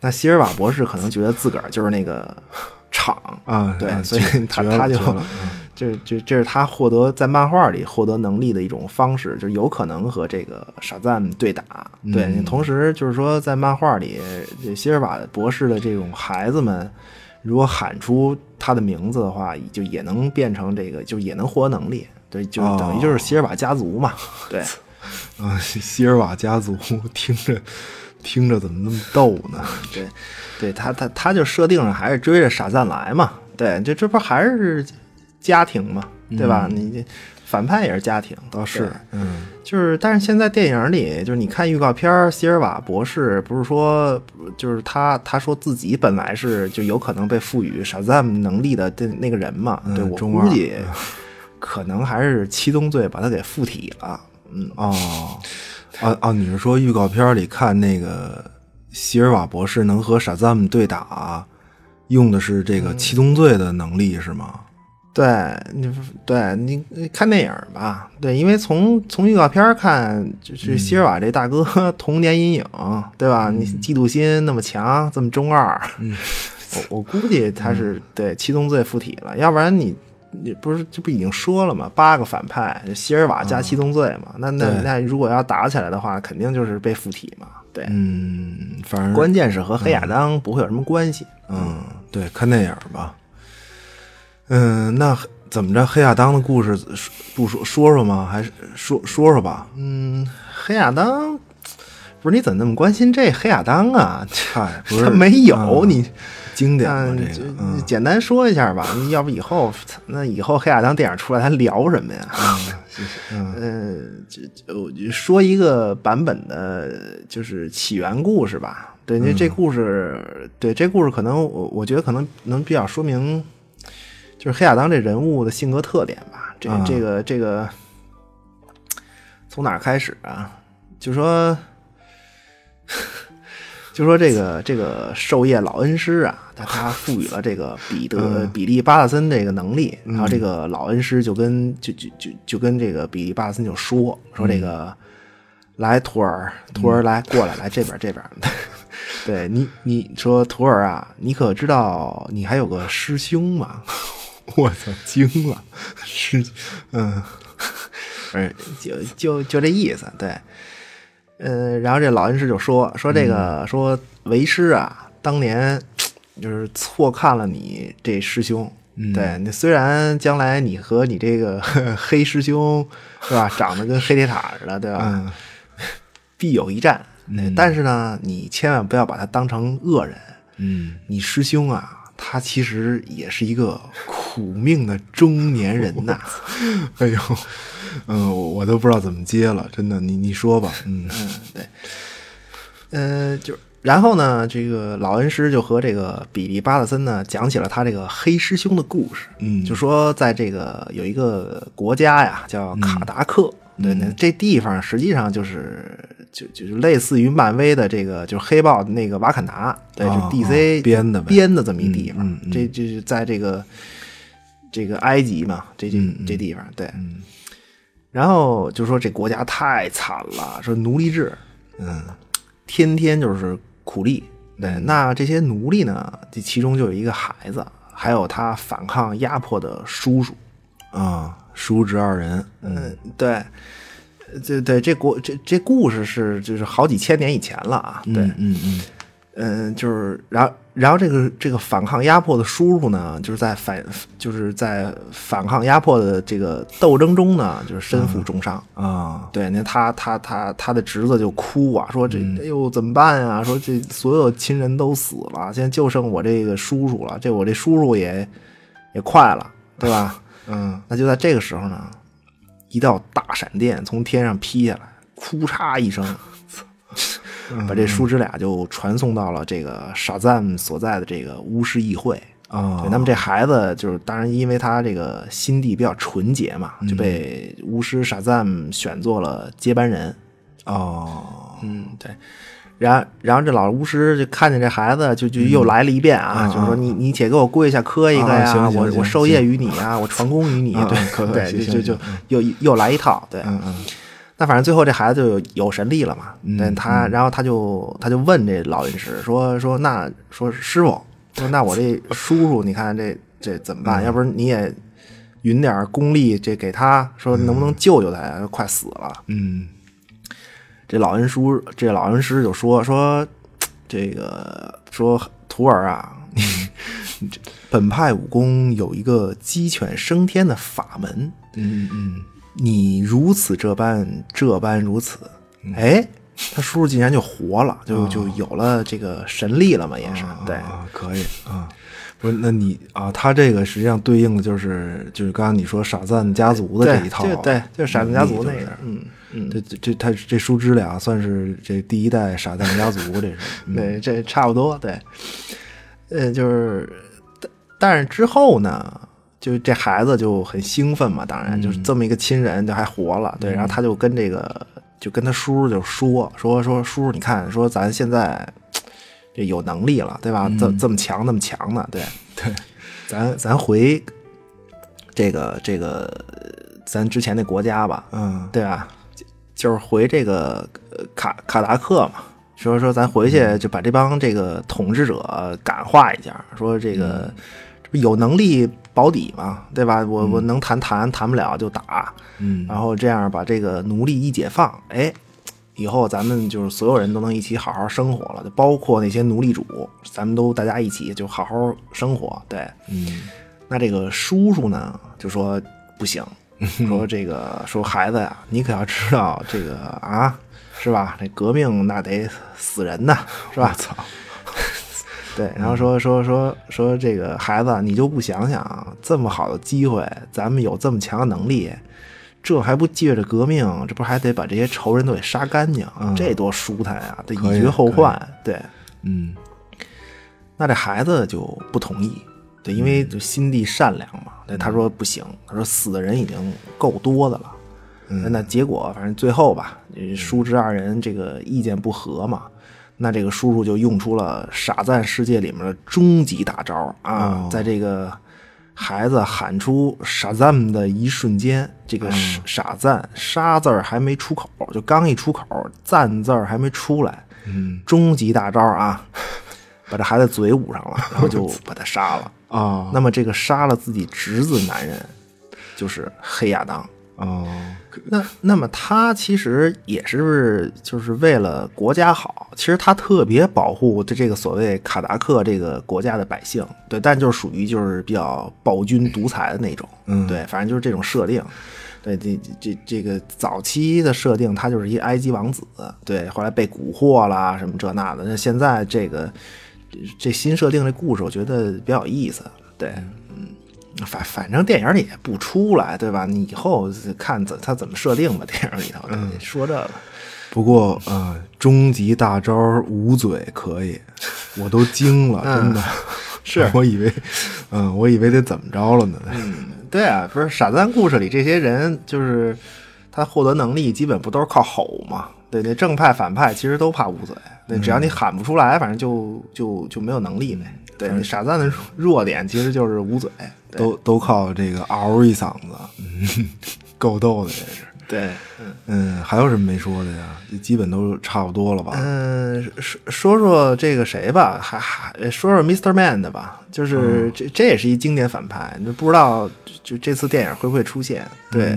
D: 那希尔瓦博士可能觉得自个儿就是那个场，
C: 啊，
D: 对，
C: 嗯
D: 所以
C: 绝
D: 他
C: 绝了
D: 他就
C: 绝了嗯
D: 这这这是他获得在漫画里获得能力的一种方式，就是有可能和这个傻赞对打。
C: 嗯
D: 对，同时就是说，在漫画里，这希尔瓦博士的这种孩子们，如果喊出他的名字的话，就也能变成这个，就也能获得能力。对，就是
C: 哦
D: 等于就是希尔瓦家族嘛。对，
C: 啊，希希尔瓦家族听着听着怎么那么逗呢？
D: 对，对他他他就设定了还是追着傻赞来嘛。对，这这不还是家庭嘛，对吧？你这反派也是家庭，
C: 嗯倒是
D: 对，
C: 嗯
D: 就是，但是现在电影里，就是你看预告片儿，希尔瓦博士不是说，就是他他说自己本来是就有可能被赋予 Shazam 能力的这那个人嘛？对我
C: 嗯中
D: 估
C: 二
D: 计可能还是七宗罪把他给附体了。嗯，
C: 哦啊啊，你是说预告片里看那个希尔瓦博士能和傻赞姆对打，用的是这个七宗罪的能力是吗？
D: 嗯对你对你你看电影儿吧，对，因为从从预告片儿看，
C: 嗯
D: 就是希尔瓦这大哥 童年阴影，对吧？你嫉妒心那么强，这么中二，
C: 嗯
D: 我我估计他是对七宗罪附体了，要不然你你不是这不已经说了嘛，八个反派，就希尔瓦加七宗罪嘛，那那
C: 啊对
D: 那如果要打起来的话，肯定就是被附体嘛，对，
C: 嗯，反正
D: 关键是和黑亚当不会有什么关系，
C: 嗯，对，看电影儿吧。嗯，那怎么着？黑亚当的故事说不说说说吗？还是说说说吧？
D: 嗯，黑亚当，不是你怎么那么关心这黑亚当啊？
C: 嗨，不是
D: 他没有、
C: 嗯
D: 你。
C: 经典嘛
D: 嗯，
C: 这个，嗯
D: 就简单说一下 吧，你要不以后那以后黑亚当电影出来，咱聊什么呀？ 嗯，这这我就说一个版本的，就是起源故事吧。对，
C: 嗯
D: 因为这故事，对这故事可能我我觉得可能能比较说明，就是黑亚当这人物的性格特点吧。这
C: 啊
D: 这个这个，从哪儿开始啊？就说。就说这个这个授业老恩师啊，他他赋予了这个彼得、比利巴特森这个能力，然后这个老恩师就跟就就就就跟这个比利巴特森就说说这个，来徒儿徒儿来过来来这边这边， 对你你说徒儿啊，你可知道你还有个师兄吗？
C: 我操，惊了，是， 嗯，
D: 哎，就就就这意思，对。嗯，然后这老恩师就说说这个、
C: 嗯
D: 说为师啊，当年就是错看了你这师兄，
C: 嗯
D: 对，那虽然将来你和你这个 黑师兄是吧，长得跟黑铁塔似的，对吧？
C: 嗯
D: 必有一战，对但是呢，你千万不要把他当成恶人，
C: 嗯，
D: 你师兄啊。他其实也是一个苦命的中年人呐、
C: 哎呦，嗯，我我都不知道怎么接了，真的，你你说吧，嗯，
D: 呃，就然后呢，这个老恩师就和这个比利巴特森呢讲起了他这个黑师兄的故事。嗯，就说在这个有一个国家呀，叫卡达克。对，那这地方实际上就是就就是类似于漫威的这个就是黑豹那个瓦坎达，对，
C: 哦
D: 就 DC
C: 哦编的呗
D: 编的这么一地方。
C: 嗯嗯嗯
D: 这就是在这个这个埃及嘛，这这、
C: 嗯
D: 这地方对。然后就说这国家太惨了，说奴隶制，
C: 嗯
D: 天天就是苦力。对，那这些奴隶呢，这其中就有一个孩子，还有他反抗压迫的叔叔。
C: 啊，叔侄二人，嗯
D: 嗯，对。这对这国这这故事是就是好几千年以前了啊，对，
C: 嗯嗯嗯，
D: 嗯，就是，然后，然后这个这个反抗压迫的叔叔呢，就是在反，就是在反抗压迫的这个斗争中呢，就是身负重伤。
C: 嗯啊，
D: 对，那他他他他的侄子就哭啊，说这
C: 嗯
D: 哎呦怎么办呀、说这所有亲人都死了，现在就剩我这个叔叔了，这我这叔叔也也快了，对吧？
C: 嗯，
D: 那就在这个时候呢，一道大闪电从天上劈下来，哭嚓一 声，把这叔侄俩就传送到了这个傻赞所在的这个巫师议会。
C: 啊
D: 嗯对，那么这孩子就是，当然因为他这个心地比较纯洁嘛，
C: 嗯
D: 就被巫师傻赞选做了接班人。
C: 哦，
D: 嗯，对。然然后这老巫师就看见这孩子，就就
C: 嗯
D: 又来了一遍啊，就是说你你且给我跪下磕一个
C: 啊
D: 呀，
C: 行行
D: 我
C: 行
D: 我授业于你啊，我传功于你，
C: 啊啊可
D: 对
C: 以
D: 对，
C: 行
D: 就
C: 行
D: 就就又又来一套，对，
C: 嗯嗯
D: 那反正最后这孩子就有有神力了嘛，
C: 嗯
D: 对他，然后他就他就问这老运师说说那说师傅说那我 这叔叔你看这这怎么办？
C: 嗯
D: 要不然你也匀点儿功力这给他说能不能救救他呀？说快死了。
C: 嗯
D: 这老恩叔，这老恩师就说说，这个说徒儿啊，你你这 本派武功有一个鸡犬升天的法门，
C: 嗯嗯
D: 你如此这般，这般如此，哎，他叔叔竟然就活了，就就有了这个神力了嘛，也是
C: 嗯，
D: 对。
C: 啊，可以啊。不是，那你啊，他这个实际上对应的就是就是刚刚你说傻赞家族的
D: 对
C: 这一套
D: 就，对，就是闪电家族
C: 嗯
D: 那
C: 就是
D: 个，啊嗯嗯，
C: 这这这他这叔侄俩算是这第一代傻蛋家族， 这是。嗯
D: 对，这差不多，对，呃，就是，但但是之后呢，就这孩子就很兴奋嘛，当然就是
C: 嗯
D: 这么一个亲人就还活了，对，然后他就跟这个就跟他叔就说说说叔，你看说咱现在这有能力了，对吧？这这么强，那么强呢，对
C: 嗯 对，
D: 咱咱回这个这个咱之前那国家吧，
C: 嗯，
D: 对吧？就就是回这个呃卡卡达克嘛，说说咱回去就把这帮这个统治者感化一下，说这个这不有能力保底嘛，对吧？我我能谈谈，谈不了就打，
C: 嗯
D: 然后这样把这个奴隶一解放，哎，以后咱们就是所有人都能一起好好生活了，就包括那些奴隶主，咱们都大家一起就好好生活，对，
C: 嗯
D: 那这个叔叔呢，就说不行，
C: 嗯
D: 说这个说孩子呀、你可要知道这个啊，是吧？这革命那得死人呐，是吧？操！ 对，然后说说说说这个孩子，你就不想想啊，这么好的机会，咱们有这么强的能力，这还不借着革命，这不还得把这些仇人都给杀干净？这多舒坦啊！得
C: 嗯可
D: 以
C: 以
D: 绝后
C: 可以
D: 患。对，
C: 嗯
D: 那这孩子就不同意，对，因为就心地善良嘛。对，他说不行，他说死的人已经够多的了。那结果反正最后吧，呃叔侄二人这个意见不合嘛，那这个叔叔就用出了傻赞世界里面的终极大招啊，在这个孩子喊出傻赞的一瞬间，这个傻傻赞沙字儿还没出口，就刚一出口，赞字儿还没出来，
C: 嗯
D: 终极大招啊，把这孩子嘴捂上了，然后就把他杀了。
C: 啊
D: 那么这个杀了自己侄子的男人，就是黑亚当。
C: 哦
D: 那那么他其实也是就是为了国家好，其实他特别保护这这个所谓卡达克这个国家的百姓，对，但就是属于就是比较暴君独裁的那种，
C: 嗯
D: 对，反正就是这种设定。对，这这这这个早期的设定，他就是一埃及王子，对，后来被蛊惑啦，什么这那的。那现在这个这这新设定这故事，我觉得比较有意思，对，反反正电影里也不出来，对吧？你以后看怎他怎么设定吧，电影里头对嗯说这个。
C: 不过啊，终极大招捂嘴可以，我都惊 了，
D: 嗯
C: 真的。是我以为，嗯，我以为得怎么着了呢？
D: 对啊，不是傻赞故事里这些人，就是他获得能力基本不都是靠吼嘛？对，那正派反派其实都怕捂嘴，对，只要你喊不出来，反正就就就没有能力呗。对，那傻赞的弱弱点其实就是捂嘴，对
C: 都都靠这个嗷一嗓子， 嗯，够逗的也是。
D: 对。
C: 嗯，还有什么没说的呀？基本都差不多了吧？
D: 嗯，说说说这个谁吧，还还说说 Mr. Man 的吧，
C: 嗯
D: 就是这这也是一经典反
C: 嗯
D: 派，那不知道就就这次电影会不会出现？对、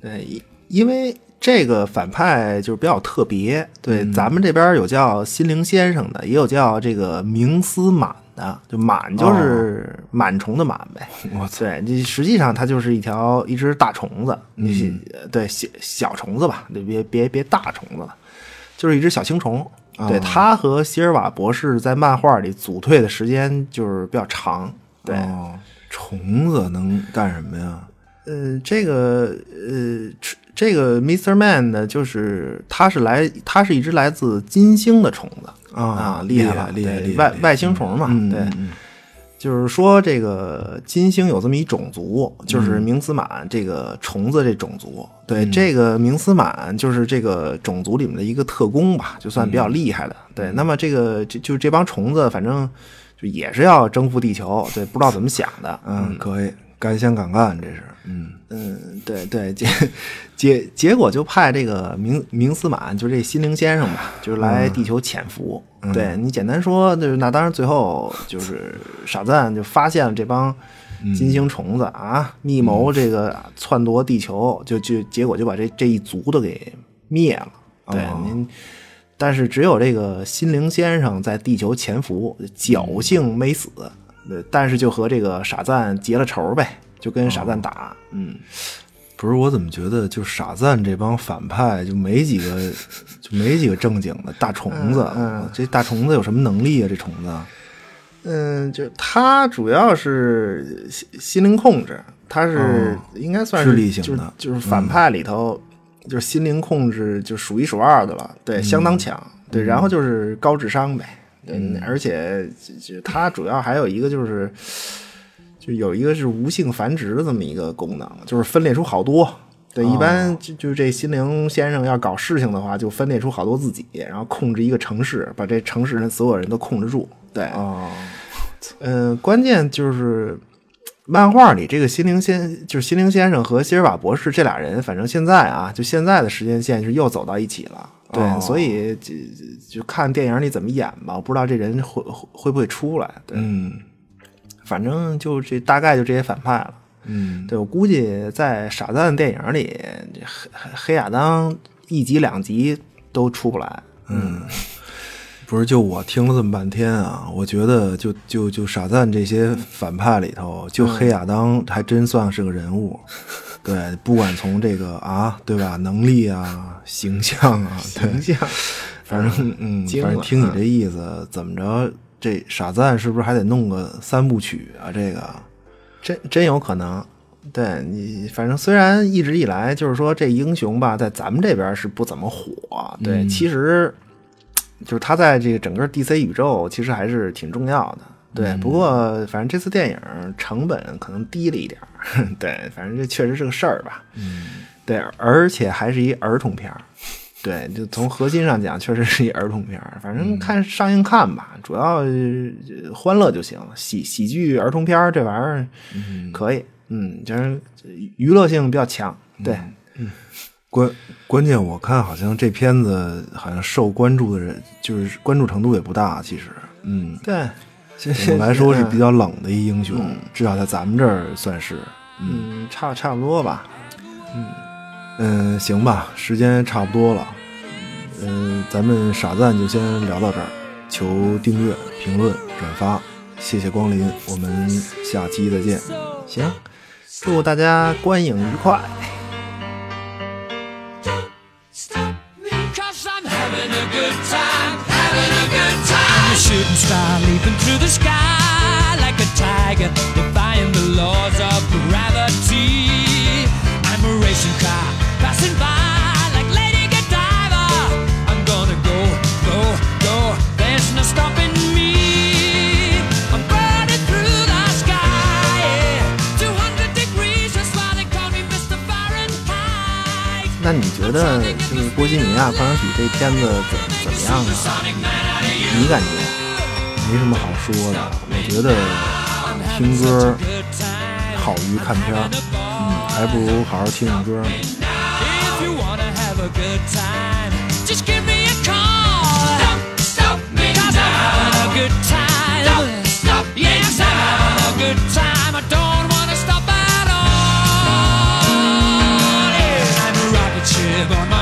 D: 对，因因为这个反派就是比较特别，对，
C: 嗯
D: 咱们这边有叫心灵先生的，也有叫这个明斯满的，就满就是
C: 哦
D: 螨虫的螨呗。
C: 我操，
D: 对，你实际上它就是一条一只大虫子，
C: 嗯
D: 你、呃对小小虫子吧，你别别别大虫子了，就是一只小青虫。对，
C: 哦
D: 它和希尔瓦博士在漫画里组队的时间就是比较长。对，
C: 哦，虫子能干什么呀？
D: 呃，这个呃，吃这个 Mr. Man 呢，就是它是来，它是一只来自金星的虫子
C: 啊
D: 厉
C: 害
D: 害了，
C: 厉害
D: 对
C: 厉害
D: 外
C: 厉害
D: 外星虫嘛，
C: 嗯
D: 对。
C: 嗯嗯
D: 就是说，这个金星有这么一种族，就是明斯满这个虫子这种族。对，这个明斯满就是这个种族里面的一个特工吧，就算比较厉害的。对，那么这个这就这帮虫子，反正就也是要征服地球。对，不知道怎么想的。
C: 嗯，可以，敢想敢干，这是，嗯，
D: 嗯，对对，结 结结果就派这个明明斯满，就这心灵先生吧，就是来地球潜伏。对你简单说，就是那当然最后就是傻赞就发现了这帮金星虫子啊，密谋这个篡夺地球，就就结果就把这这一族都给灭了。对
C: 哦，
D: 您、但是只有这个心灵先生在地球潜伏，侥幸没死。对，但是就和这个傻赞结了仇呗，就跟傻赞打，嗯。
C: 不是，我怎么觉得就傻赞这帮反派就没几 个，就没几个正经的大虫子，
D: 嗯
C: 这大虫子有什么能力啊？这虫子，
D: 嗯，就它主要是心心灵控制，它是
C: 哦
D: 应该算是
C: 智力型
D: 就
C: 的嗯
D: 是就是反派里头就是心灵控制就数一数二的了，
C: 嗯
D: 对，相当强，对，然后就是高智商呗，对，
C: 嗯
D: 而且就就它主要还有一个就是。就有一个是无性繁殖的这么一个功能，就是分裂出好多。对，一般就就这心灵先生要搞事情的话，就分裂出好多自己，然后控制一个城市，把这城市人所有人都控制住。对，
C: 哦，
D: 嗯，关键就是漫画里这个心灵先就是心灵先生和希尔瓦博士这俩人，反正现在啊，就现在的时间线是又走到一起了。对，
C: 哦
D: 所以就就看电影里怎么演吧，我不知道这人会会会不会出来。对，
C: 嗯
D: 反正就这大概就这些反派了。
C: 嗯，
D: 对我估计在傻蛋电影里，这黑黑亚当一集两集都出不来。
C: 嗯不是，就我听了这么半天啊，我觉得就就就傻赞这些反派里头，就黑亚当还真算是个 人物。对，不管从这个啊，对吧，能力啊，形象啊，
D: 形
C: 对，
D: 象，
C: 反正嗯，
D: 惊
C: 反正
D: 了
C: 听你这意思，怎么着，这傻
D: 啊
C: 赞是不是还得弄个三部曲啊？这个，
D: 真真有可能。对你，反正虽然一直以来就是说这英雄吧，在咱们这边是不怎么火，对，其实就是他在这个整个 DC 宇宙其实还是挺重要的。对，不过反正这次电影成本可能低了一点儿， 对，反正这确实是个事儿吧。嗯，对，而且还是一儿童片儿，对，就从核心上讲，确实是一儿童片儿。反
C: 嗯
D: 正看上映看吧，主要呃欢乐就行。喜喜剧儿童片儿这玩意儿可以，嗯，就是娱乐性比较强。对，
C: 嗯关关键我看好像这片子好像受关注的人就是关注程度也不大，其实，嗯，
D: 对，这
C: 总的来说
D: 嗯
C: 是比较冷的一英雄，至少在咱们这儿算是。
D: 嗯，差差不多吧。
C: 嗯，行吧，时间差不多了，嗯，咱们傻赞就先聊到这儿，求订阅、评论、转发，谢谢光临，我们下期再见。
D: 行，祝大家观影愉快。
B: Stop me, cause I'm having a good time, having a good time. I'm a shooting star leaping through the sky like a tiger, defying the laws of gravity. I'm a racing car passing by like Lady Godiva. I'm gonna go, go, go, there's no stopping me. I'm burning through the sky, yeah. 200 degrees, that's why they call me Mr. Fahrenheit.
D: 那你觉得就是波西米亚狂想曲这片子怎怎么样啊？你感觉？
C: 没什么好说的，我觉得听歌好于看片儿，嗯，还不如好好听听歌呢。
B: If you wanna have a good time, just give me a call. Stop, stop me Cause I'm having a good time. Stop, stop me yes, I'm having a good time. I don't wanna stop at all. Yeah, I'm a rocket ship on my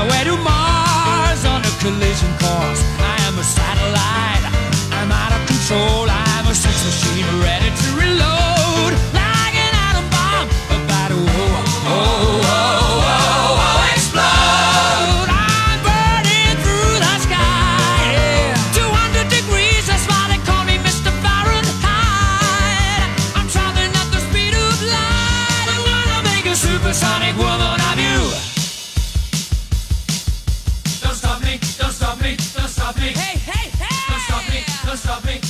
B: collision course. I am a satellite. I'm out of control. I'm a sex machine ready to reload. Like an atom bomb about to oh, oh, oh, oh, oh, explode. I'm burning through the sky. Yeah. 200 degrees, that's why they call me Mr. Fahrenheit. I'm traveling at the speed of light. I'm gonna make a supersonic woman of you. Don't stop me, don't stop me, don't stop me. Hey, hey, hey! Don't stop me, don't stop me,